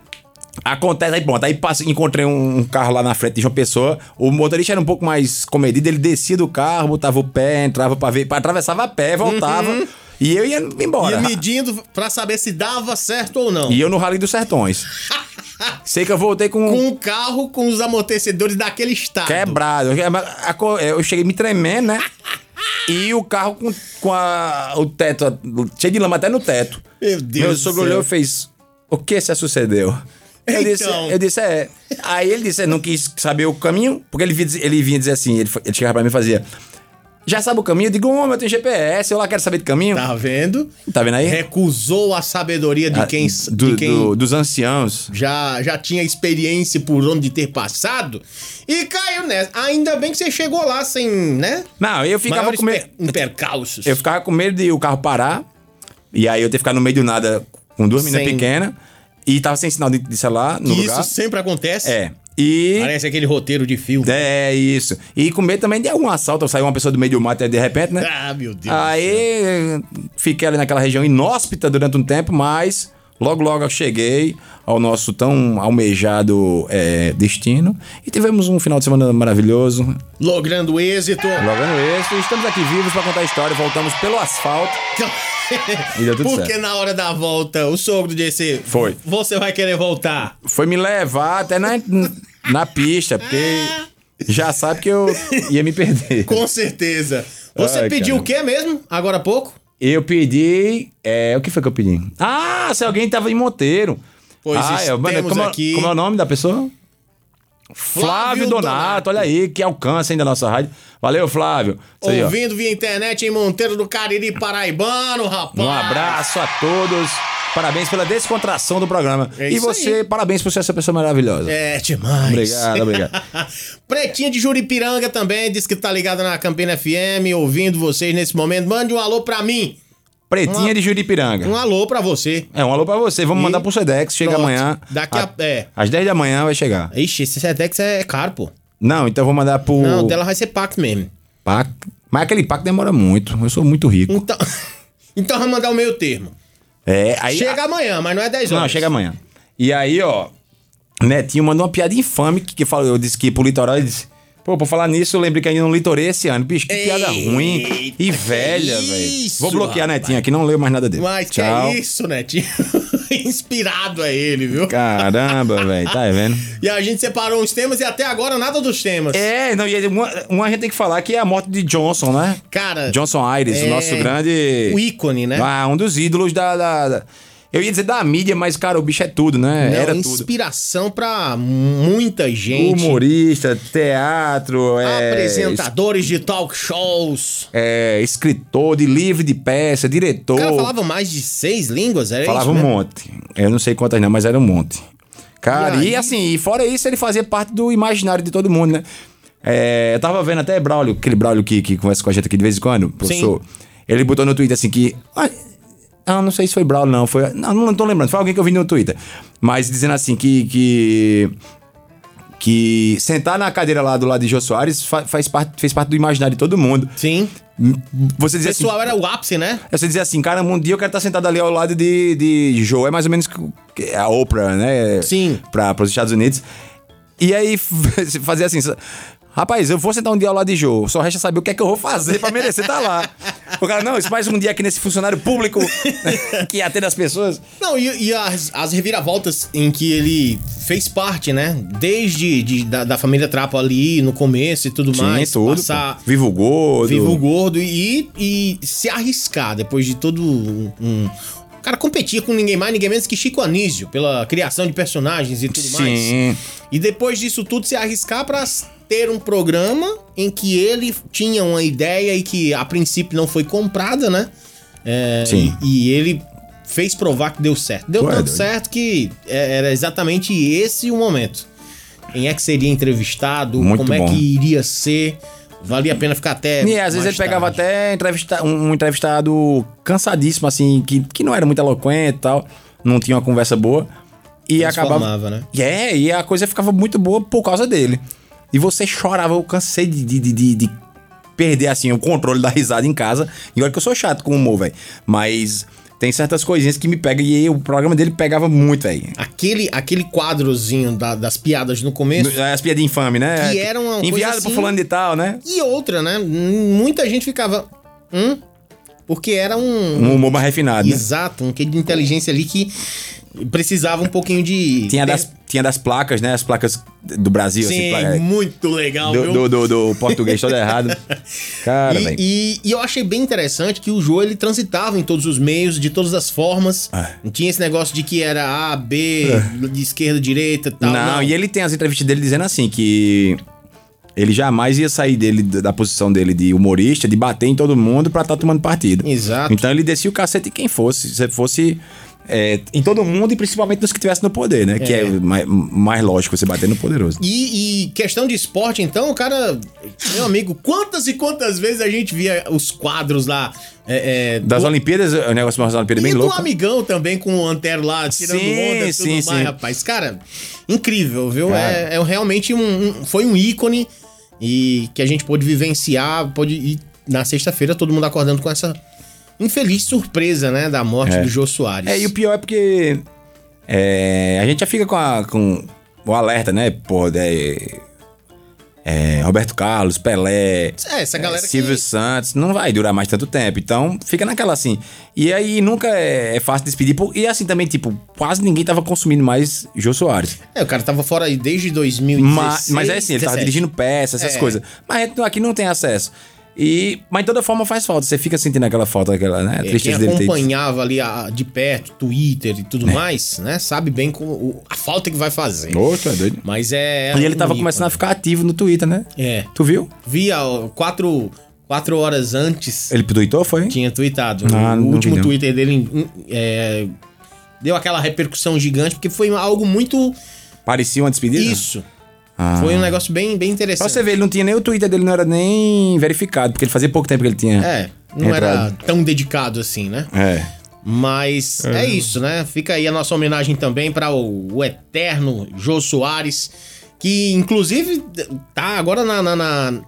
Speaker 6: acontece, aí pronto. Aí passa, encontrei um um carro lá na frente de João Pessoa. O motorista era um pouco mais comedido, ele descia do carro, botava o pé, entrava pra ver, pra- atravessava a pé, voltava. E eu ia
Speaker 2: Uhum. E
Speaker 6: embora.
Speaker 2: medindo pra saber se dava certo ou não.
Speaker 6: E eu no Rally dos Sertões.
Speaker 2: <laughs>
Speaker 6: Sei que eu voltei um
Speaker 2: Com um o carro, com os amortecedores daquele estado.
Speaker 6: é Quebrado. Eu- mas a co- é, Eu cheguei me tremendo,
Speaker 2: <laughs>
Speaker 6: né? E o carro com, com a- o teto a- cheio de lama até no teto.
Speaker 2: Meu Deus
Speaker 6: Meu
Speaker 2: do
Speaker 6: sogro
Speaker 2: céu.
Speaker 6: olhou e fez: O que se sucedeu? Eu, disse,
Speaker 2: Então.
Speaker 6: eu disse, é. Aí ele disse, não quis saber o caminho, porque ele, vinha dizer- ele vinha dizer assim, ele, fa- ele chegava pra mim e fazia. Já sabe o caminho? Eu digo, homem, eu tenho GPS, eu lá quero saber de caminho. Tá,
Speaker 2: Tá vendo?
Speaker 6: vendo aí?
Speaker 2: Recusou a sabedoria de quem,
Speaker 6: Ah, do-
Speaker 2: de quem
Speaker 6: do- dos anciãos.
Speaker 2: já, já tinha experiência por onde ter passado e caiu nessa. Ainda bem que você chegou lá sem, né?
Speaker 6: Não, eu ficava
Speaker 2: Maiores
Speaker 6: com medo.
Speaker 2: per- em percalços.
Speaker 6: Eu ficava com medo de o carro parar. E aí eu ter ficado no meio do nada com duas meninas
Speaker 2: Sem-
Speaker 6: pequenas. E tava sem sinal de, de celular no
Speaker 2: Que
Speaker 6: lugar.
Speaker 2: isso sempre acontece.
Speaker 6: É. E.
Speaker 2: Parece aquele roteiro de filme.
Speaker 6: É isso. E com medo também de algum assalto, sair uma pessoa do meio do mato de repente, né?
Speaker 2: Ah, meu Deus.
Speaker 6: Aí fiquei ali naquela região inóspita durante um tempo, mas logo logo eu cheguei ao nosso tão almejado eh, destino. E tivemos um final de semana maravilhoso.
Speaker 2: Logrando êxito.
Speaker 6: Logrando êxito, e estamos aqui vivos para contar a história. Voltamos pelo asfalto. E deu tudo
Speaker 2: Então, Porque
Speaker 6: certo.
Speaker 2: na hora da volta, o sogro disse:
Speaker 6: Foi.
Speaker 2: Você vai querer voltar.
Speaker 6: foi me levar até na, na pista, porque já sabe que eu ia me perder.
Speaker 2: Com certeza. Você
Speaker 6: Ai,
Speaker 2: pediu
Speaker 6: cara.
Speaker 2: o quê mesmo? Agora há pouco?
Speaker 6: Eu pedi. É, o que foi que eu pedi? Ah, se alguém tava em Monteiro.
Speaker 2: Pois
Speaker 6: ah, eu-
Speaker 2: estamos
Speaker 6: como, é-
Speaker 2: aqui.
Speaker 6: como é o nome da pessoa? Flávio,
Speaker 2: Flávio
Speaker 6: Donato,
Speaker 2: Donato.
Speaker 6: olha aí, que alcance ainda a nossa rádio. Valeu, Flávio. Isso aí, ó.
Speaker 2: Ouvindo via internet em Monteiro do Cariri Paraibano, rapaz.
Speaker 6: Um abraço a todos. Parabéns pela descontração do programa.
Speaker 2: É
Speaker 6: e
Speaker 2: isso
Speaker 6: você, parabéns por ser essa pessoa maravilhosa.
Speaker 2: É demais.
Speaker 6: Obrigado, obrigado.
Speaker 2: <laughs> Pretinha de Juripiranga também, diz que tá ligada na Campina FM, ouvindo vocês nesse momento. Mande um alô pra mim.
Speaker 6: Pretinha de Juripiranga.
Speaker 2: Um alô pra você.
Speaker 6: É, um alô pra você. Vamos mandar pro Sedex. Chega
Speaker 2: Pronto.
Speaker 6: amanhã. Ah.
Speaker 2: Daqui a- é.
Speaker 6: Às 10 da manhã vai chegar.
Speaker 2: Ixi, esse Sedex é caro, pô.
Speaker 6: Não, então eu vou mandar pro.
Speaker 2: Não, dela vai ser pacto mesmo.
Speaker 6: PAC. Mas aquele PAC demora muito. Eu sou muito rico.
Speaker 2: Então, <laughs> então vai mandar o meio termo.
Speaker 6: É, aí.
Speaker 2: Chega amanhã, mas não é 10 horas.
Speaker 6: Não, chega amanhã. E aí, ó. Netinho mandou uma piada infame que, que falou. Eu disse que ia pro litoral. Ele disse. Pô, por falar nisso, eu lembrei que ainda não litorei esse ano. Bicho, que piada
Speaker 2: Eita,
Speaker 6: ruim e
Speaker 2: que
Speaker 6: velha, velho.
Speaker 2: isso,
Speaker 6: Vou bloquear
Speaker 2: rapaz.
Speaker 6: Netinho aqui, não leio mais nada dele.
Speaker 2: Mas
Speaker 6: Tchau.
Speaker 2: que é isso, Netinho? <laughs> Inspirado a ele, viu?
Speaker 6: <laughs> Caramba, velho. Tá vendo?
Speaker 2: E a gente separou os temas e até agora nada dos temas.
Speaker 6: É, não, e uma, uma a gente tem que falar que é a morte de Johnson, né?
Speaker 2: Cara,
Speaker 6: Johnson Aires,
Speaker 2: é,
Speaker 6: o nosso grande.
Speaker 2: o ícone, né?
Speaker 6: Ah, um dos ídolos da. da- da- Eu ia dizer da mídia, mas, cara, o bicho é tudo, né?
Speaker 2: Não,
Speaker 6: Era tudo.
Speaker 2: inspiração pra muita gente.
Speaker 6: Humorista, teatro, é,
Speaker 2: Apresentadores de talk shows.
Speaker 6: é, escritor de livro de peça, diretor.
Speaker 2: O cara falava mais de seis línguas, era
Speaker 6: Falava
Speaker 2: É isso? né?
Speaker 6: um
Speaker 2: mesmo?
Speaker 6: monte. Eu não sei quantas não, mas era um monte. Cara,
Speaker 2: E
Speaker 6: e,
Speaker 2: aí?
Speaker 6: assim, e fora isso, ele fazia parte do imaginário de todo mundo, né? É, eu tava vendo até Braulio, aquele Braulio que, que conversa com a gente aqui de vez em quando, professor. Ele botou no Twitter assim que. "Ah, Ah, não sei se foi Braulio, não. Foi, não, não tô lembrando. Foi alguém que eu vi no Twitter. Mas dizendo assim que. que que sentar na cadeira lá do lado de Jô Soares fa- faz parte, fez parte do imaginário de todo mundo.
Speaker 2: Sim.
Speaker 6: Você
Speaker 2: O
Speaker 6: dizia assim,
Speaker 2: pessoal era o ápice, né?
Speaker 6: é você dizer assim, cara, um dia eu quero estar sentado ali ao lado de, de Joe. É mais ou menos que a Oprah, né?
Speaker 2: Sim.
Speaker 6: Para os Estados Unidos. E aí, <laughs> fazer assim... Rapaz, eu vou sentar um dia ao lado de Joe. Só resta saber o que é que eu vou fazer pra merecer estar lá. O cara, não, isso mais um dia aqui nesse funcionário público <laughs> que atende as pessoas.
Speaker 2: Não, e, e as, as reviravoltas em que ele fez parte, né? Desde de- da, da família Trapo ali, no começo e tudo mais.
Speaker 6: tudo.
Speaker 2: Passar
Speaker 6: pô. Vivo o gordo.
Speaker 2: vivo gordo e, e se arriscar depois de todo um... um- O cara competia com ninguém mais, ninguém menos que Chico Anísio, pela criação de personagens e tudo mais.
Speaker 6: Sim.
Speaker 2: E depois disso tudo se arriscar pra ter um programa em que ele tinha uma ideia e que a princípio não foi comprada, né? É,
Speaker 6: Sim.
Speaker 2: E, e ele fez provar que deu certo. Deu
Speaker 6: Tu é
Speaker 2: tanto
Speaker 6: doido.
Speaker 2: certo que é, era exatamente esse o momento. Quem é que seria entrevistado?
Speaker 6: Muito
Speaker 2: como
Speaker 6: bom.
Speaker 2: é que iria ser? Valia a pena ficar até.
Speaker 6: E às
Speaker 2: mais
Speaker 6: vezes ele pegava
Speaker 2: tarde.
Speaker 6: até entrevista, um, um entrevistado cansadíssimo, assim, que, que não era muito eloquente e tal, não tinha uma conversa boa. E acabava.
Speaker 2: Transformava, né?
Speaker 6: E é, e a coisa ficava muito boa por causa dele. E você chorava, eu cansei de, de, de- de- de perder, assim, o controle da risada em casa. E olha que eu sou chato com humor, velho. Mas tem certas coisinhas que me pegam, e aí o programa dele pegava muito, velho.
Speaker 2: Aquele, aquele quadrozinho da- das piadas no começo.
Speaker 6: As piadas infame, né?
Speaker 2: Que era uma coisa
Speaker 6: Enviado pro
Speaker 2: assim-
Speaker 6: fulano de tal, né?
Speaker 2: E outra, né? Muita gente ficava. Hum? Porque era um.
Speaker 6: Um humor mais refinado, né?
Speaker 2: Exato, um quê de inteligência ali que precisava um pouquinho de.
Speaker 6: Tinha das, tinha das placas, né? As placas do Brasil,
Speaker 2: Sim,
Speaker 6: assim, placa-
Speaker 2: muito legal,
Speaker 6: do,
Speaker 2: viu?
Speaker 6: do, do, do português
Speaker 2: <laughs>
Speaker 6: todo errado. Cara,
Speaker 2: E,
Speaker 6: velho.
Speaker 2: e- e eu achei bem interessante que o Jô ele transitava em todos os meios, de todas as formas.
Speaker 6: Ah.
Speaker 2: Não tinha esse negócio de que era A, B, de esquerda, direita tal.
Speaker 6: É. Não, e é- ele tem as entrevistas dele dizendo assim que ele jamais ia sair dele da da posição dele de humorista, de bater em todo mundo pra estar tomando partido.
Speaker 2: Exato.
Speaker 6: Então ele descia o cacete em quem fosse, se fosse é, em todo mundo e principalmente nos que tivessem no poder, né? Que é mais, mais lógico você bater no poderoso.
Speaker 2: E, e questão de esporte, então, o cara. Meu amigo, quantas e quantas vezes a gente via os quadros lá. é, é,
Speaker 6: Das
Speaker 2: do-
Speaker 6: Olimpíadas, o negócio das Olimpíadas é
Speaker 2: E
Speaker 6: bem
Speaker 2: do
Speaker 6: louco.
Speaker 2: amigão também com o Antero lá tirando
Speaker 6: Sim,
Speaker 2: onda e tudo
Speaker 6: sim,
Speaker 2: mais,
Speaker 6: sim.
Speaker 2: rapaz. Cara, incrível, viu?
Speaker 6: Cara.
Speaker 2: É, é realmente um, um- Foi um ícone e que a gente pôde vivenciar, pôde ir na sexta-feira, todo mundo acordando com essa infeliz surpresa, né? Da morte do Jô Soares.
Speaker 6: É, e o pior é porque é, a gente já fica com, a- com o alerta, né? Pô, é, é, Roberto Carlos, Pelé,
Speaker 2: É, essa galera
Speaker 6: é, Silvio
Speaker 2: que-
Speaker 6: Santos, não vai durar mais tanto tempo. Então, fica naquela assim. E aí nunca é, é fácil despedir. pô, E assim também, tipo, quase ninguém tava consumindo mais Jô Soares.
Speaker 2: É, o cara tava fora aí desde 2016.
Speaker 6: Mas, mas é assim, ele tava
Speaker 2: 17.
Speaker 6: dirigindo peças, essas
Speaker 2: É.
Speaker 6: coisas. Mas a gente não- aqui não tem acesso. E, mas de toda forma faz falta. Você fica sentindo aquela falta, aquela, né? A
Speaker 2: É, Quem
Speaker 6: tristeza dele ter ido.
Speaker 2: acompanhava ali a- de perto, Twitter e tudo mais, né? Sabe bem como, o- a falta que vai fazer.
Speaker 6: Ô, tu é doido.
Speaker 2: Mas é.
Speaker 6: E ele
Speaker 2: um
Speaker 6: tava
Speaker 2: ícone.
Speaker 6: começando a ficar ativo no Twitter, né?
Speaker 2: É.
Speaker 6: Tu viu?
Speaker 2: Via ó, quatro, quatro horas antes,
Speaker 6: Ele tweetou, foi?
Speaker 2: tinha tweetado.
Speaker 6: Ah,
Speaker 2: o
Speaker 6: não
Speaker 2: último
Speaker 6: vi, não.
Speaker 2: Twitter dele em- em- é, deu aquela repercussão gigante, porque foi algo muito.
Speaker 6: Parecia uma despedida?
Speaker 2: Isso.
Speaker 6: Ah.
Speaker 2: Foi um negócio bem, bem
Speaker 6: Pra
Speaker 2: interessante.
Speaker 6: você ver, ele não tinha nem o Twitter dele, não era nem verificado, porque ele fazia pouco tempo que ele tinha.
Speaker 2: É, não era
Speaker 6: Entrado.
Speaker 2: tão dedicado assim, né?
Speaker 6: É.
Speaker 2: Mas é. isso, né? Fica aí a nossa homenagem também para o, o eterno Jô Soares, que inclusive tá agora na. na, na-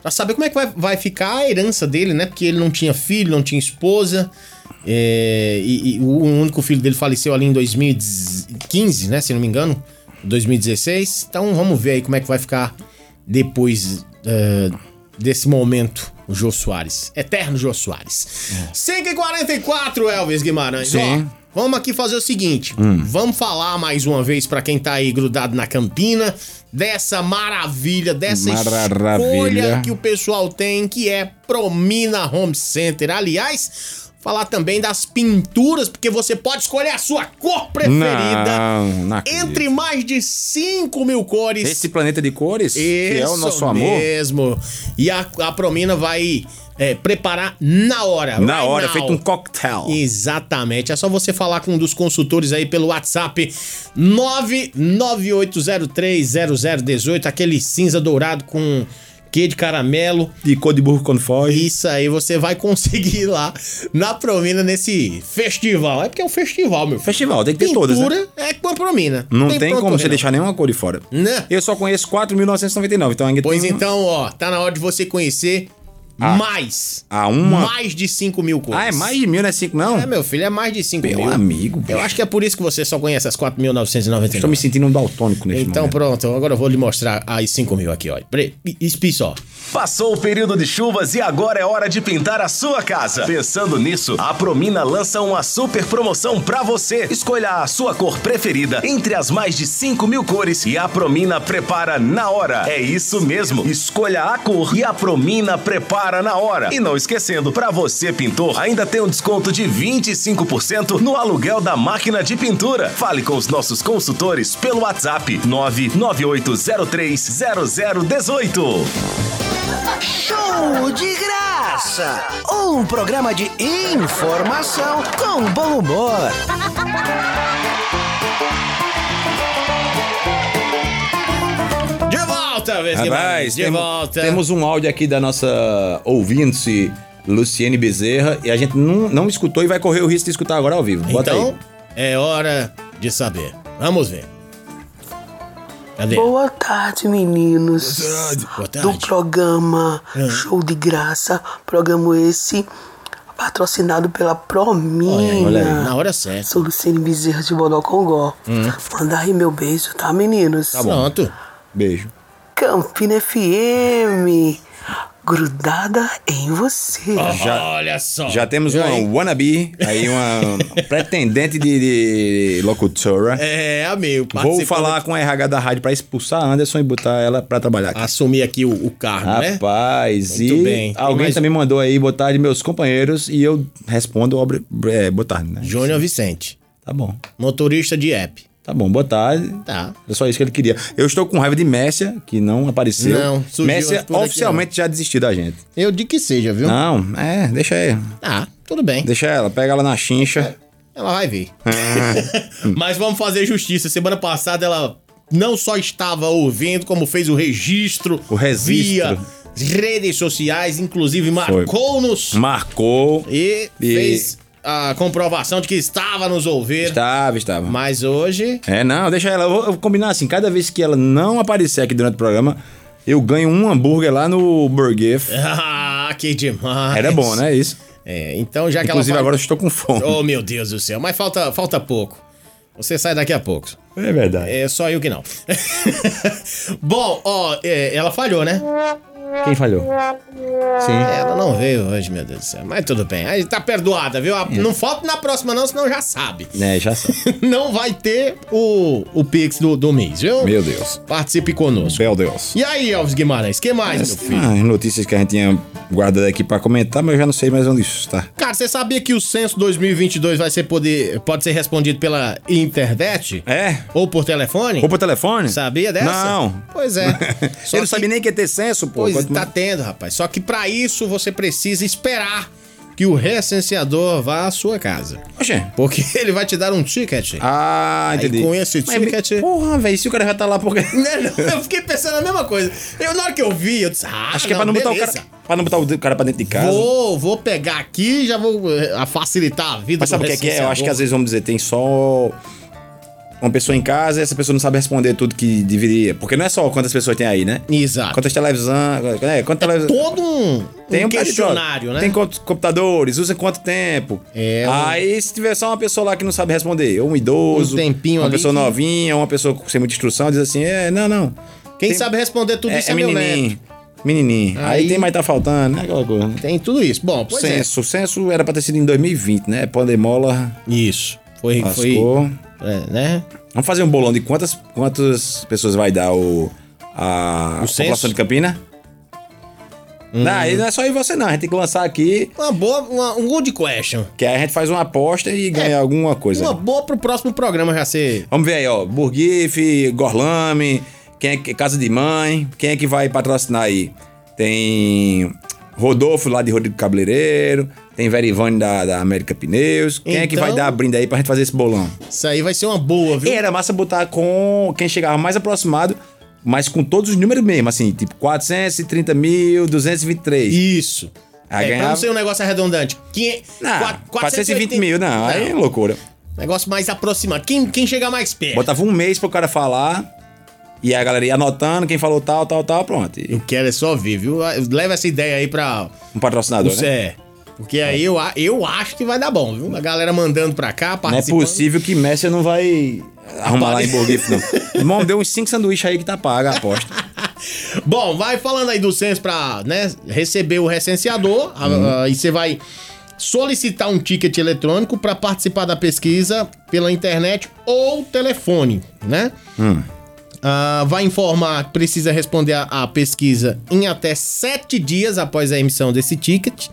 Speaker 2: pra saber como é que vai, vai ficar a herança dele, né? Porque ele não tinha filho, não tinha esposa. é, e, e o único filho dele faleceu ali em 2015, né? Se não me engano, 2016. Então vamos ver aí como é que vai ficar depois é, desse momento, o Jô Soares. Eterno Jô Soares. 144, Elvis Guimarães.
Speaker 6: É. Sim. Hum.
Speaker 2: Ó, vamos aqui fazer o seguinte. Vamos falar mais uma vez pra quem tá aí grudado na campina dessa maravilha, dessa
Speaker 6: Maravilha.
Speaker 2: escolha que o pessoal tem, que é Promina Home Center. Aliás, Falar também das pinturas, porque você pode escolher a sua cor preferida.
Speaker 6: Não, não acredito.
Speaker 2: entre mais de 5 mil cores.
Speaker 6: Esse planeta de cores, que é o nosso amor.
Speaker 2: mesmo. E a, a Promina vai é, preparar na hora.
Speaker 6: Na
Speaker 2: right
Speaker 6: hora,
Speaker 2: now.
Speaker 6: feito um cocktail.
Speaker 2: Exatamente. É só você falar com um dos consultores aí pelo WhatsApp 998030018, aquele cinza dourado com quê de caramelo.
Speaker 6: De cor de burro quando foge.
Speaker 2: Isso aí você vai <laughs> conseguir lá na Promina nesse festival. É porque é um festival, meu filho.
Speaker 6: Festival, tem que ter todas, né?
Speaker 2: Pintura é com a Promina.
Speaker 6: Não tem,
Speaker 2: pra onde
Speaker 6: como
Speaker 2: correr,
Speaker 6: você
Speaker 2: não.
Speaker 6: deixar nenhuma cor de fora.
Speaker 2: Né?
Speaker 6: Eu só conheço 4.999, então ainda
Speaker 2: Pois
Speaker 6: tem uma-
Speaker 2: então, ó, tá na hora de você conhecer mais.
Speaker 6: Ah, uma-
Speaker 2: Mais de 5 mil cores.
Speaker 6: Ah, é mais de mil, não é cinco, não?
Speaker 2: É, meu filho, é mais de 5
Speaker 6: Meu
Speaker 2: mil.
Speaker 6: amigo,
Speaker 2: Eu
Speaker 6: bicho.
Speaker 2: acho que é por isso que você só conhece as 4.999.
Speaker 6: Estou me sentindo um daltônico neste
Speaker 2: Então
Speaker 6: momento.
Speaker 2: pronto, agora eu vou lhe mostrar as 5 mil aqui, ó. Pre- Espiça, ó.
Speaker 4: Passou o período de chuvas e agora é hora de pintar a sua casa. Pensando nisso, a Promina lança uma super promoção pra você. Escolha a sua cor preferida entre as mais de 5 mil cores e a Promina prepara na hora. É isso mesmo, escolha a cor e a Promina prepara na hora. E não esquecendo, pra você pintor, ainda tem um desconto de 25% no aluguel da máquina de pintura. Fale com os nossos consultores pelo WhatsApp 998030018.
Speaker 1: Show de graça! Um programa de informação com bom humor.
Speaker 2: De volta,
Speaker 6: Rapaz,
Speaker 2: Vesguimais. De
Speaker 6: temos,
Speaker 2: volta.
Speaker 6: temos um áudio aqui da nossa ouvinte, Luciene Bezerra, e a gente não, não escutou e vai correr o risco de escutar agora ao vivo. Bota
Speaker 2: Então,
Speaker 6: aí.
Speaker 2: é hora de saber. Vamos ver. Cadê?
Speaker 8: Boa tarde, meninos.
Speaker 2: Boa tarde. Ah.
Speaker 8: Do programa Show de Graça, programa esse patrocinado pela Promina.
Speaker 2: Olha aí, na hora é. certa.
Speaker 8: Sou Luciane Bezerra de Bodocongó. Mandar aí meu beijo, tá, meninos?
Speaker 2: Tá Pronto.
Speaker 6: Beijo.
Speaker 8: Campina FM, grudada em você.
Speaker 2: Olha só.
Speaker 6: Já temos
Speaker 2: E
Speaker 6: uma
Speaker 2: aí?
Speaker 6: wannabe, aí uma
Speaker 2: <laughs>
Speaker 6: pretendente de, de locutora.
Speaker 2: É, amigo.
Speaker 6: Vou
Speaker 2: participando
Speaker 6: falar com a RH da rádio pra expulsar a Anderson e botar ela pra trabalhar. aqui.
Speaker 2: assumir aqui o, o cargo, né?
Speaker 6: Rapaz,
Speaker 2: Muito
Speaker 6: e
Speaker 2: bem. Tem
Speaker 6: alguém
Speaker 2: mais- um?
Speaker 6: também mandou aí botar tarde, meus companheiros, e eu respondo, obri- é, boa tarde, né?
Speaker 2: Júnior Vicente,
Speaker 6: Tá bom,
Speaker 2: motorista de app.
Speaker 6: tá bom, boa tarde.
Speaker 2: Tá.
Speaker 6: É só isso que ele queria. Eu estou com raiva de Messia, que não apareceu.
Speaker 2: Não, surgiu
Speaker 6: Messia
Speaker 2: por aqui,
Speaker 6: oficialmente já desistiu da gente.
Speaker 2: Eu digo que seja, viu?
Speaker 6: Não, é, deixa aí.
Speaker 2: Ah, tudo bem.
Speaker 6: Deixa ela, pega ela na chincha.
Speaker 2: Ela vai ver. <laughs> Mas vamos fazer justiça. Semana passada ela não só estava ouvindo, como fez o registro.
Speaker 6: O registro.
Speaker 2: Via redes sociais, inclusive marcou-nos
Speaker 6: Marcou.
Speaker 2: e,
Speaker 6: E-
Speaker 2: fez a comprovação de que estava nos ouvindo.
Speaker 6: Estava, estava.
Speaker 2: Mas hoje... <laughs>
Speaker 6: É, não, deixa ela. Eu vou, eu vou combinar assim: cada vez que ela não aparecer aqui durante o programa, eu ganho um hambúrguer lá no Burger.
Speaker 2: Ah, que demais.
Speaker 6: Era bom, né? Isso.
Speaker 2: É, então já que
Speaker 6: Inclusive,
Speaker 2: ela...
Speaker 6: agora eu estou com fome.
Speaker 2: Oh, meu Deus do céu. Mas falta, falta pouco. Você sai daqui a pouco.
Speaker 6: É verdade.
Speaker 2: É só eu que não. <laughs> Bom, ó, é, ela falhou, né?
Speaker 6: Quem falhou? Sim.
Speaker 2: Ela não veio hoje, meu Deus do céu. Mas tudo bem. Aí tá perdoada, viu? A- Não falta na próxima, não, senão já sabe. <laughs>
Speaker 6: É, já sabe.
Speaker 2: Não vai ter o, o Pix do, do mês, viu?
Speaker 6: Meu Deus.
Speaker 2: Participe conosco.
Speaker 6: Meu Deus.
Speaker 2: E aí, Elvis Guimarães, que mais, meu filho?
Speaker 6: Ah, as notícias que a gente tinha guardado aqui pra comentar, mas eu já não sei mais onde isso tá. está.
Speaker 2: Cara, você sabia que o censo 2022 vai ser poder, pode ser respondido pela internet?
Speaker 6: É?
Speaker 2: Ou por telefone?
Speaker 6: Ou pro telefone?
Speaker 2: Sabia dessa?
Speaker 6: Hum. Não.
Speaker 2: Pois
Speaker 6: <laughs>
Speaker 2: é. Só
Speaker 6: eu não
Speaker 2: que-
Speaker 6: sabia nem que ia ter censo, pô.
Speaker 2: Pois
Speaker 6: Quanto
Speaker 2: tá
Speaker 6: mais-
Speaker 2: tendo, rapaz. Só que pra isso você precisa esperar que o recenseador vá à sua casa.
Speaker 6: Oxê.
Speaker 2: Porque <laughs> ele vai te dar um ticket.
Speaker 6: Ah, entendi.
Speaker 2: com esse
Speaker 6: Mas,
Speaker 2: ticket-
Speaker 6: Porra, velho, se o cara já tá lá, por quê?
Speaker 2: Né, <laughs> não? Eu fiquei pensando a mesma coisa. Eu, na hora que eu vi, eu disse, ah,
Speaker 6: Acho que é pra não botar o
Speaker 2: beleza.
Speaker 6: cara. Pra não botar o cara pra dentro de casa.
Speaker 2: Vou, vou pegar aqui já vou eh, a facilitar a vida
Speaker 6: Mas sabe o
Speaker 2: do
Speaker 6: que é que é? Eu acho que
Speaker 2: recenseador.
Speaker 6: às vezes vamos dizer, tem só uma pessoa em casa e essa pessoa não sabe responder tudo que deveria. Porque não é só quantas pessoas tem aí, né?
Speaker 2: Exato.
Speaker 6: Quantas televisão. É, quantas televisão.
Speaker 2: Ah. Todo um, um
Speaker 6: um
Speaker 2: questionário, né?
Speaker 6: Tem quantos computadores? Usa quanto tempo?
Speaker 2: É, um-
Speaker 6: Aí, se tiver só uma pessoa lá que não sabe responder, ou um idoso,
Speaker 2: Um tempinho
Speaker 6: uma
Speaker 2: ali
Speaker 6: pessoa
Speaker 2: que-
Speaker 6: novinha, uma pessoa sem muita instrução, diz assim: é, não, não.
Speaker 2: Quem
Speaker 6: tem-
Speaker 2: sabe responder tudo
Speaker 6: é,
Speaker 2: isso
Speaker 6: é
Speaker 2: é, meu neto.
Speaker 6: menininho. Menininho. Aí...
Speaker 2: Aí-
Speaker 6: tem mais tá faltando, né? Aquela coisa. né?
Speaker 2: Tem tudo isso. Bom, pois é.
Speaker 6: censo. O censo era pra ter sido em 2020, né? Pandemola
Speaker 2: é. Isso. Foi, foi
Speaker 6: lascou.
Speaker 2: é, né?
Speaker 6: Vamos fazer um bolão de quantas, quantas pessoas vai dar o, a
Speaker 2: O Hum. censo?
Speaker 6: população de Campina? Não, aí não é só eu e você, não. A gente tem que lançar aqui,
Speaker 2: Uma boa, uma- um good question.
Speaker 6: que aí a gente faz uma aposta e ganha
Speaker 2: É.
Speaker 6: alguma coisa.
Speaker 2: Uma boa pro próximo programa já ser.
Speaker 6: Vamos ver aí, ó. Burgif, Gorlame, quem é que, Casa de Mãe, quem é que vai patrocinar aí? Tem Rodolfo lá de Rodrigo Cabeleireiro, tem Verivane da, da América Pneus. Quem é que
Speaker 2: Então-
Speaker 6: vai dar a brinda aí pra gente fazer esse bolão?
Speaker 2: Isso aí vai ser uma boa,
Speaker 6: E
Speaker 2: viu?
Speaker 6: era massa botar com quem chegava mais aproximado, mas com todos os números mesmo, assim, tipo 430.223.
Speaker 2: Isso.
Speaker 6: Aí
Speaker 2: é, pra
Speaker 6: ganhava-
Speaker 2: não ser um negócio arredondante. Quinhe...
Speaker 6: Não,
Speaker 2: quatro-
Speaker 6: 420 mil, não, aí é loucura.
Speaker 2: Negócio mais aproximado. Quem, quem chegar mais perto.
Speaker 6: Botava um mês pro cara falar, e a galera ia anotando quem falou tal, tal, tal, pronto. E
Speaker 2: Eu quero é só ver, viu? Leva essa ideia aí pra.
Speaker 6: um patrocinador, né?
Speaker 2: É. Porque aí eu, a- eu acho que vai dar bom, viu? A galera mandando pra cá,
Speaker 6: Não é
Speaker 2: participando.
Speaker 6: possível que Messi não vai arrumar lá em
Speaker 2: <laughs>
Speaker 6: Borgif, não. Irmão, deu uns 5 sanduíches aí que tá paga, a aposta.
Speaker 2: Bom, vai falando aí do censo pra né, receber o recenseador. a-
Speaker 6: Uhum.
Speaker 2: a- E você vai solicitar um ticket eletrônico pra participar da pesquisa pela internet ou telefone, né?
Speaker 6: Hum.
Speaker 2: Ah, vai informar que precisa responder a, a pesquisa em até sete dias após a emissão desse ticket.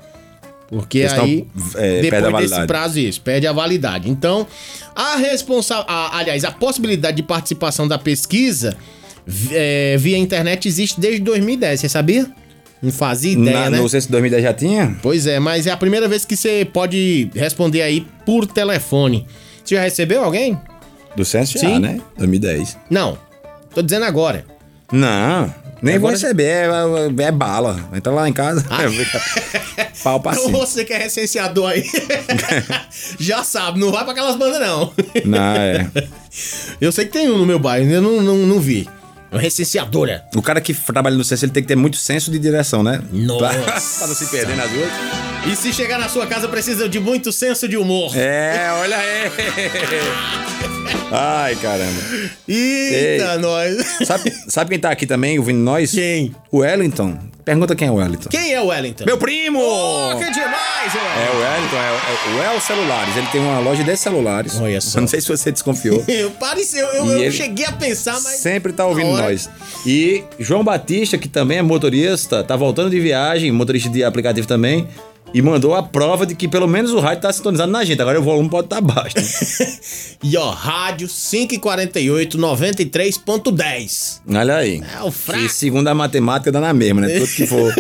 Speaker 2: Porque
Speaker 6: Questão,
Speaker 2: aí,
Speaker 6: é, perde a
Speaker 2: depois desse
Speaker 6: validade.
Speaker 2: prazo, isso, perde a validade. Então, a responsa a- aliás, a possibilidade de participação da pesquisa vi- é, via internet existe desde 2010, você sabia? Não fazia ideia,
Speaker 6: Na,
Speaker 2: né?
Speaker 6: Não sei se 2010 já tinha.
Speaker 2: Pois é, mas é a primeira vez que você pode responder aí por telefone. Você já recebeu alguém?
Speaker 6: Do censo já,
Speaker 2: Sim.
Speaker 6: né? 2010.
Speaker 2: Não, tô dizendo agora.
Speaker 6: Não, nem vou
Speaker 2: Agora-
Speaker 6: receber, é, é bala. Entra lá em casa, É, pau pra
Speaker 2: Então
Speaker 6: cima.
Speaker 2: <laughs> você que é recenseador aí, já sabe, não vai pra aquelas bandas não. <laughs>
Speaker 6: Não, é.
Speaker 2: Eu sei que tem um no meu bairro, eu não, não, não vi. É uma recenseadora.
Speaker 6: O cara que trabalha no censo, ele tem que ter muito senso de direção, né?
Speaker 2: Nossa.
Speaker 6: Pra, <laughs> pra não se perder nas ruas.
Speaker 2: E se chegar na sua casa, precisa de muito senso de humor.
Speaker 6: É, olha aí. Ai, caramba.
Speaker 2: Eita,
Speaker 6: Ei.
Speaker 2: nós. <laughs>
Speaker 6: Sabe, sabe quem tá aqui também ouvindo nós?
Speaker 2: Quem?
Speaker 6: O Wellington. Pergunta quem é o Wellington.
Speaker 2: Quem é o Wellington?
Speaker 6: Meu primo!
Speaker 2: Oh, que demais,
Speaker 6: É
Speaker 2: Wellington.
Speaker 6: o Wellington, é, é o El Celulares. Ele tem uma loja de celulares.
Speaker 2: Olha só.
Speaker 6: Eu Não sei se você desconfiou.
Speaker 2: Eu pareceu, eu,
Speaker 6: E
Speaker 2: eu
Speaker 6: ele-
Speaker 2: cheguei a pensar, Ah, mas.
Speaker 6: Sempre tá ouvindo
Speaker 2: Na hora-
Speaker 6: nós. E João Batista, que também é motorista, tá voltando de viagem, motorista de aplicativo também, e mandou a prova de que pelo menos o rádio tá sintonizado na gente. Agora o volume pode estar baixo. né?
Speaker 2: E ó, rádio 548 93.10.
Speaker 6: <laughs> Olha aí.
Speaker 2: É o fraco.
Speaker 6: E segundo a matemática, dá na
Speaker 2: <laughs>
Speaker 6: mesma, né? Tudo que for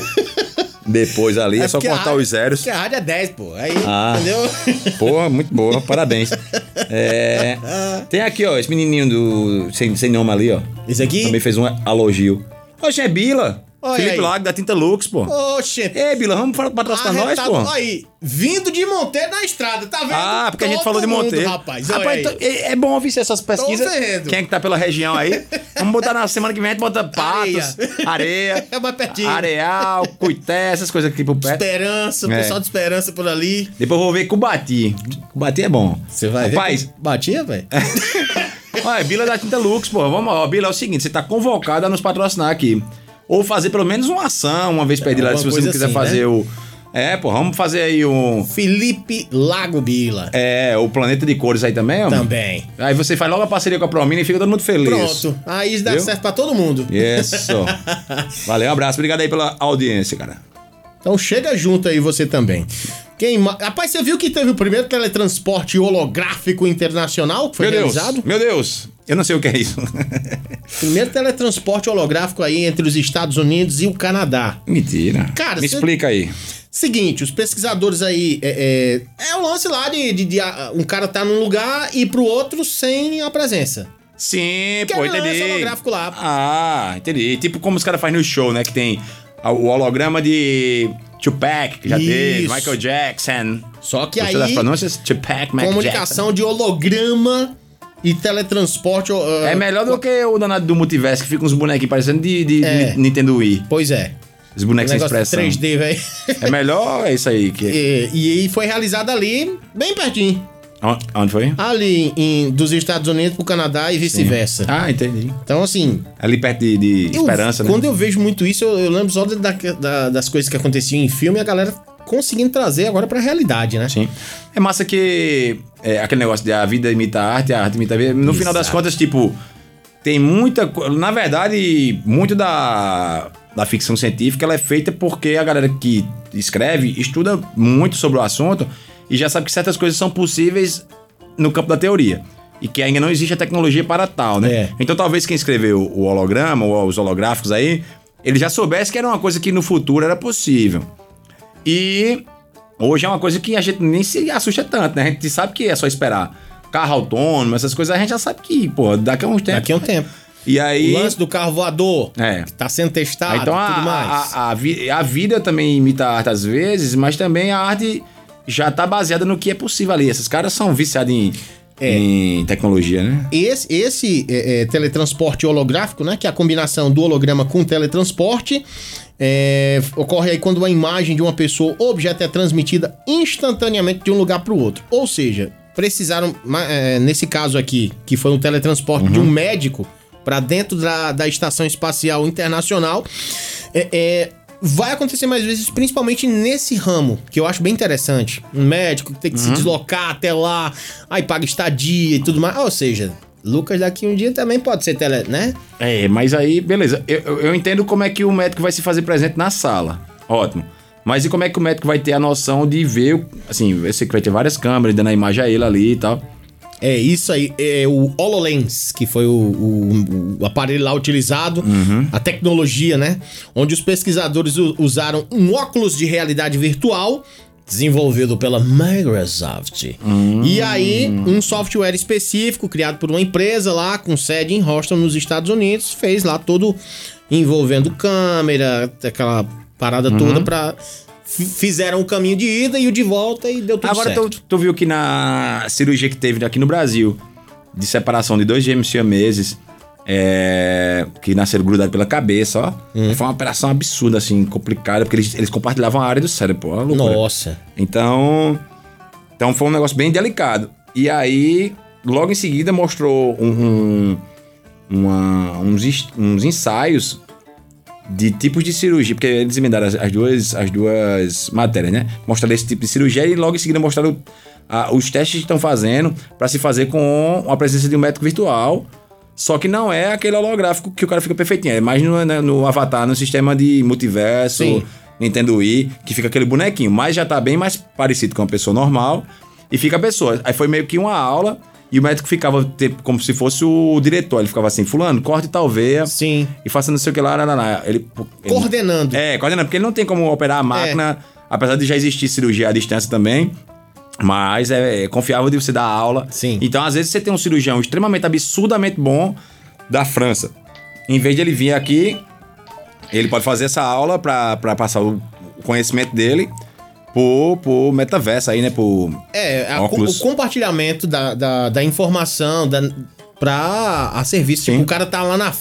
Speaker 6: depois ali, é, só
Speaker 2: porque a
Speaker 6: cortar
Speaker 2: rádio-
Speaker 6: os zeros.
Speaker 2: Porque a rádio é 10, pô. Aí,
Speaker 6: Ah. <laughs>
Speaker 2: entendeu?
Speaker 6: Porra, muito boa,
Speaker 2: <laughs>
Speaker 6: parabéns. É, tem aqui, ó, esse menininho do sem, sem nome ali, ó.
Speaker 2: Esse aqui?
Speaker 6: Também fez um elogio. Oxe, é Bila.
Speaker 2: Olha
Speaker 6: Felipe
Speaker 2: aí.
Speaker 6: Lago, da Tinta Lux, pô.
Speaker 2: Oxe.
Speaker 6: Ei, Bila, vamos fa- patrocinar nós,
Speaker 2: tá Arretado.
Speaker 6: pô.
Speaker 2: Aí, vindo de Monteiro na estrada, tá vendo?
Speaker 6: Ah, porque a gente
Speaker 2: Todo
Speaker 6: falou de
Speaker 2: mundo,
Speaker 6: Monteiro.
Speaker 2: Rapaz, olha aí.
Speaker 6: então, é, é bom ouvir essas pesquisas.
Speaker 2: ferrendo.
Speaker 6: Quem é que tá pela região aí? Vamos botar na semana que vem, a gente bota Patos,
Speaker 2: Areia.
Speaker 6: Areia,
Speaker 2: <laughs> É mais pertinho.
Speaker 6: Areal, Cuité, essas coisas aqui pro pé.
Speaker 2: Esperança, o
Speaker 6: É.
Speaker 2: pessoal de Esperança por ali.
Speaker 6: Depois eu vou ver Cubati. Cubati é bom. Rapaz,
Speaker 2: ver. Batia, velho?
Speaker 6: Olha, Bila é da Tinta Lux, pô. Vamos, ó, Bila, é o seguinte, você tá convocado a nos patrocinar aqui. Ou fazer pelo menos uma ação, uma vez perdida,
Speaker 2: É, alguma
Speaker 6: se você
Speaker 2: coisa
Speaker 6: não quiser
Speaker 2: assim,
Speaker 6: fazer o... É, pô, vamos fazer aí um...
Speaker 2: Felipe Lago Bila.
Speaker 6: É, o Planeta de Cores aí também, ó.
Speaker 2: Também.
Speaker 6: Aí você faz logo a parceria com a Promina e fica todo mundo feliz.
Speaker 2: Pronto. Aí dá
Speaker 6: Viu?
Speaker 2: certo pra todo mundo.
Speaker 6: Isso. Valeu, um abraço. Obrigado aí pela audiência, cara.
Speaker 2: <laughs> Então chega junto aí você também. Quem ma- Rapaz, você viu que teve o primeiro teletransporte holográfico internacional que foi
Speaker 6: Meu
Speaker 2: realizado?
Speaker 6: Deus, meu Deus. Eu não sei o que é isso. <laughs>
Speaker 2: Primeiro teletransporte holográfico aí entre os Estados Unidos e o Canadá.
Speaker 6: Mentira.
Speaker 2: Cara,
Speaker 6: Me
Speaker 2: você-
Speaker 6: explica aí.
Speaker 2: Seguinte, os pesquisadores aí. É, é, é o lance lá de, de- de, ah, um cara tá num lugar e pro outro sem a presença.
Speaker 6: Sim,
Speaker 2: Que
Speaker 6: pô,
Speaker 2: é lance
Speaker 6: entendi.
Speaker 2: holográfico lá.
Speaker 6: Ah, entendi. Tipo como os caras fazem no show, né? Que tem a- o holograma de Tupac, que já
Speaker 2: Isso.
Speaker 6: teve, Michael Jackson.
Speaker 2: Só que
Speaker 6: Gostou das
Speaker 2: aí,
Speaker 6: pronúncias? Tupac, Michael
Speaker 2: comunicação de holograma e teletransporte. ó, ah,
Speaker 6: Jackson. É melhor do que o danado do multiverso, que fica uns bonequinhos parecendo de, de
Speaker 2: É.
Speaker 6: Nintendo Wii.
Speaker 2: Pois é.
Speaker 6: Os bonecos sem
Speaker 2: Negócio
Speaker 6: expressão.
Speaker 2: 3D, velho. <laughs>
Speaker 6: É melhor é isso aí que.
Speaker 2: e, e foi realizado ali, bem pertinho.
Speaker 6: On- Onde foi?
Speaker 2: Ali em- dos Estados Unidos pro Canadá e vice-versa.
Speaker 6: Ah, entendi.
Speaker 2: Então, assim,
Speaker 6: Ali perto de, de
Speaker 2: eu-
Speaker 6: Esperança, né?
Speaker 2: quando eu vejo muito isso, eu, eu lembro só da- da- das coisas que aconteciam em filme e a galera conseguindo trazer agora pra realidade, né?
Speaker 6: Sim. É massa que é, aquele negócio de a vida imita a arte, a arte imita a vida. No final das
Speaker 2: Exato.
Speaker 6: contas, tipo, tem muita. co- Na verdade, muito da da ficção científica, ela é feita porque a galera que escreve estuda muito sobre o assunto e já sabe que certas coisas são possíveis no campo da teoria. E que ainda não existe a tecnologia para tal, né?
Speaker 2: É.
Speaker 6: Então talvez quem escreveu o holograma ou os holográficos aí, ele já soubesse que era uma coisa que no futuro era possível. E hoje é uma coisa que a gente nem se assusta tanto, né? A gente sabe que é só esperar. Carro autônomo, essas coisas, a gente já sabe que, pô, daqui a uns tempos.
Speaker 2: Daqui a um tempo.
Speaker 6: E
Speaker 2: O
Speaker 6: aí.
Speaker 2: lance do carro voador,
Speaker 6: É.
Speaker 2: que tá sendo testado
Speaker 6: Aí, então
Speaker 2: e
Speaker 6: a,
Speaker 2: tudo mais.
Speaker 6: a, a, vi- a vida também imita a arte às vezes, mas também a arte já tá baseada no que é possível ali. Esses caras são viciados em,
Speaker 2: É.
Speaker 6: em tecnologia, né?
Speaker 2: Esse, esse é, é, teletransporte holográfico, né? Que é a combinação do holograma com o teletransporte. é, ocorre aí quando a imagem de uma pessoa ou objeto é transmitida instantaneamente de um lugar para o outro. Ou seja, precisaram, ma- é, nesse caso aqui, que foi um teletransporte de um médico para dentro da, da Estação Espacial Internacional, é, é, vai acontecer mais vezes, principalmente nesse ramo, que eu acho bem interessante. Um médico que tem que se deslocar até lá, aí paga estadia e tudo mais. Ou seja, Lucas daqui um dia também pode ser tele, né?
Speaker 6: É, mas aí, beleza. Eu, eu- eu entendo como é que o médico vai se fazer presente na sala. Ótimo. Mas e como é que o médico vai ter a noção de ver, o- assim, eu sei que vai ter várias câmeras dando a imagem a ele ali e tal.
Speaker 2: É isso aí, é o HoloLens, que foi o, o- o aparelho lá utilizado, a tecnologia, né? Onde os pesquisadores u- usaram um óculos de realidade virtual desenvolvido pela Microsoft. E aí, um software específico criado por uma empresa lá com sede em Houston, nos Estados Unidos, fez lá todo envolvendo câmera, aquela parada toda pra. f- Fizeram o caminho de ida e o de volta e deu tudo
Speaker 6: Agora
Speaker 2: certo.
Speaker 6: tu, tu viu que na cirurgia que teve aqui no Brasil, de separação de dois gêmeos siameses, é, que nasceram grudados pela cabeça, ó. Foi uma operação absurda, assim, complicada, porque eles, eles compartilhavam a área do cérebro, pô, é uma loucura.
Speaker 2: Nossa.
Speaker 6: Então, então foi um negócio bem delicado. E aí, logo em seguida, mostrou um- um- uma- uns, ins- uns ensaios de tipos de cirurgia, porque eles emendaram as, as duas, as duas matérias, né? Mostraram esse tipo de cirurgia e logo em seguida mostraram ah, os testes que estão fazendo para se fazer com a presença de um médico virtual. Só que não é aquele holográfico que o cara fica perfeitinho. É mais no, né, no Avatar, no sistema de multiverso,
Speaker 2: Sim.
Speaker 6: Nintendo Wii, que fica aquele bonequinho. Mas já tá bem mais parecido com uma pessoa normal. E fica a pessoa. Aí foi meio que uma aula. E o médico ficava tipo, como se fosse o diretor. Ele ficava assim, fulano, corte tal veia
Speaker 2: Sim.
Speaker 6: e faça não sei o que lá, lá, lá, lá. Ele, ele-
Speaker 2: Coordenando.
Speaker 6: É, coordenando, porque ele não tem como operar a máquina, apesar de já existir cirurgia à distância também. Mas é, é confiável de você dar aula.
Speaker 2: Sim.
Speaker 6: Então, às vezes, você tem um cirurgião extremamente, absurdamente bom da França. Em vez de ele vir aqui, ele pode fazer essa aula pra pra passar o o conhecimento dele por, por metaverso aí, né? Por...
Speaker 2: É, a-
Speaker 6: Óculos.
Speaker 2: o compartilhamento da, da, da informação da, pra a serviço. Tipo, o cara tá lá na.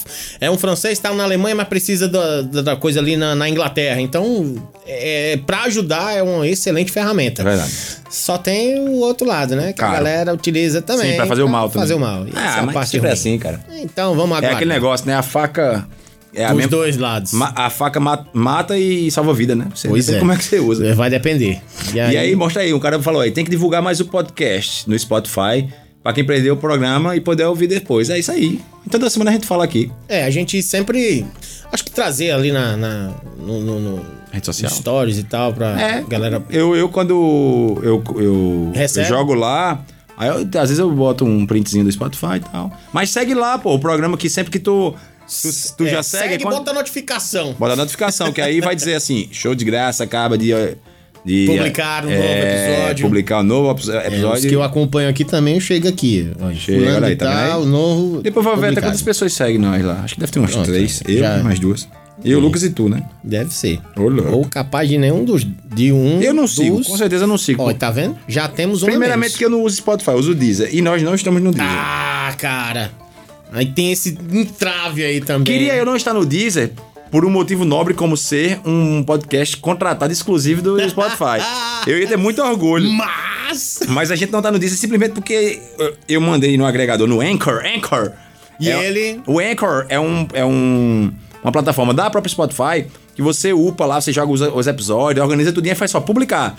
Speaker 2: É um francês, tá na Alemanha, mas precisa da, da, da coisa ali na, na Inglaterra. Então, é, pra ajudar, é uma excelente ferramenta.
Speaker 6: É verdade.
Speaker 2: Só tem o outro lado, né? Que
Speaker 6: Claro.
Speaker 2: a galera utiliza também.
Speaker 6: Sim, pra fazer o mal também.
Speaker 2: Fazer o mal. Essa
Speaker 6: Ah,
Speaker 2: é a
Speaker 6: mas
Speaker 2: parte
Speaker 6: sempre é
Speaker 2: ruim.
Speaker 6: assim, cara.
Speaker 2: Então, vamos
Speaker 6: É
Speaker 2: agora.
Speaker 6: aquele negócio, né? A faca... É a
Speaker 2: Dos
Speaker 6: mesma,
Speaker 2: dois lados.
Speaker 6: Ma- a faca ma- mata e salva vida, né? Você
Speaker 2: Pois
Speaker 6: vê
Speaker 2: é.
Speaker 6: <laughs> Como é que você usa.
Speaker 2: Vai depender. E
Speaker 6: E aí, mostra aí, um cara falou aí, tem que divulgar mais o podcast no Spotify pra quem perdeu o programa e poder ouvir depois. É isso aí. Então, toda semana a gente fala aqui.
Speaker 2: É, a gente sempre. Acho que trazer ali na. na- no, no- no-
Speaker 6: Rede social.
Speaker 2: Stories e tal, pra
Speaker 6: É.
Speaker 2: galera.
Speaker 6: Eu, eu quando eu, eu,
Speaker 2: Recebe?
Speaker 6: eu jogo lá, aí eu- às vezes eu boto um printzinho do Spotify e tal. Mas segue lá, pô, o programa que sempre que tu, tu, tu
Speaker 2: É,
Speaker 6: já segue...
Speaker 2: Segue e
Speaker 6: quando-
Speaker 2: bota a notificação.
Speaker 6: Bota a notificação, que aí vai dizer assim: show de graça, acaba de. de é,
Speaker 2: Publicar um novo episódio.
Speaker 6: Publicar um novo episo-
Speaker 2: É, os
Speaker 6: episódio.
Speaker 2: que eu acompanho aqui também chega aqui. Ó,
Speaker 6: Chega,
Speaker 2: fulano
Speaker 6: olha aí,
Speaker 2: e
Speaker 6: tá vendo
Speaker 2: tal,
Speaker 6: aí?
Speaker 2: novo.
Speaker 6: Depois vai ver até
Speaker 2: publicado.
Speaker 6: quantas pessoas seguem nós lá. Acho que deve ter umas
Speaker 2: Pronto,
Speaker 6: três.
Speaker 2: aí,
Speaker 6: Eu,
Speaker 2: já. é.
Speaker 6: mais duas. Eu, Lucas e tu, né?
Speaker 2: Deve ser.
Speaker 6: Ô, louco.
Speaker 2: Ou capaz de nenhum dos. De um.
Speaker 6: Eu não sigo,
Speaker 2: dos-
Speaker 6: com certeza eu não sigo.
Speaker 2: Ó, tá vendo? Já temos um.
Speaker 6: Primeiramente que eu não uso Spotify, eu uso o Deezer. E nós não estamos no Deezer.
Speaker 2: Ah, cara. Aí tem esse entrave aí também.
Speaker 6: Queria eu não estar no Deezer por um motivo nobre como ser um podcast contratado exclusivo do Spotify.
Speaker 2: <laughs>
Speaker 6: eu ia ter muito orgulho.
Speaker 2: Mas.
Speaker 6: Mas a gente não tá no Deezer simplesmente porque eu- eu mandei no agregador, no Anchor, Anchor. É
Speaker 2: E ele?
Speaker 6: O Anchor é, um, é um, uma plataforma da própria Spotify que você upa lá, você joga os, os episódios, organiza tudo e faz só publicar.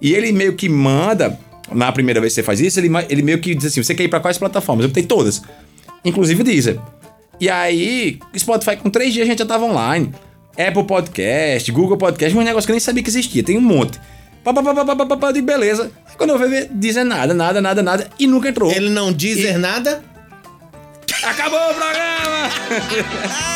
Speaker 6: E ele meio que manda, na primeira vez que você faz isso, ele, ma- ele meio que diz assim, você quer ir pra quais plataformas? Eu botei todas, inclusive o Deezer. E aí, Spotify com três dias a gente já tava online. Apple Podcast, Google Podcast, um negócio que eu nem sabia que existia, tem um monte. Pá, pá, pá, pá, pá, pá, pá, pá, de beleza. Aí Quando eu fui ver, dizer nada, nada, nada, nada, e nunca entrou.
Speaker 2: Ele não dizer nada.
Speaker 6: Acabou o <laughs> programa!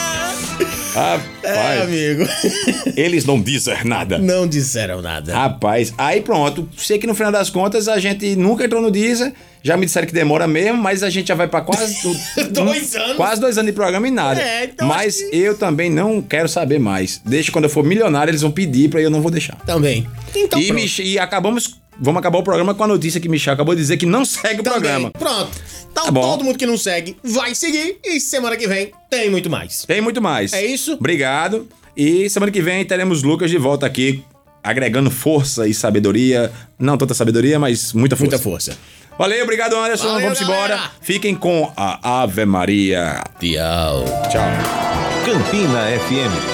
Speaker 2: É,
Speaker 6: Rapaz,
Speaker 2: amigo.
Speaker 6: Ah,
Speaker 2: <laughs>
Speaker 6: eles não dizem nada.
Speaker 2: não disseram nada.
Speaker 6: Rapaz, aí pronto. Sei que no final das contas a gente nunca entrou no Deezer. Já me disseram que demora mesmo, mas a gente já vai
Speaker 2: <laughs>
Speaker 6: pra quase tu-
Speaker 2: Dois
Speaker 6: um-
Speaker 2: anos.
Speaker 6: Quase dois anos de programa e nada.
Speaker 2: É, então
Speaker 6: mas
Speaker 2: acho
Speaker 6: eu também não quero saber mais. Deixa quando eu for milionário, eles vão pedir pra eu não vou deixar.
Speaker 2: Também. Então,
Speaker 6: e,
Speaker 2: pronto.
Speaker 6: Mich- e acabamos. Vamos acabar o programa com a notícia que Michel acabou de dizer que não segue o
Speaker 2: Também.
Speaker 6: programa.
Speaker 2: Pronto. Então,
Speaker 6: Tá bom.
Speaker 2: todo mundo que não segue vai seguir e semana que vem tem muito mais.
Speaker 6: Tem muito mais.
Speaker 2: É isso?
Speaker 6: Obrigado. E semana que vem teremos Lucas de volta aqui, agregando força e sabedoria. Não tanta sabedoria, mas muita força.
Speaker 2: Muita força.
Speaker 6: Valeu, obrigado, Anderson.
Speaker 2: Valeu,
Speaker 6: Vamos embora.
Speaker 2: galera.
Speaker 6: Fiquem com a Ave Maria.
Speaker 2: Tchau.
Speaker 6: Tchau.
Speaker 4: Campina FM.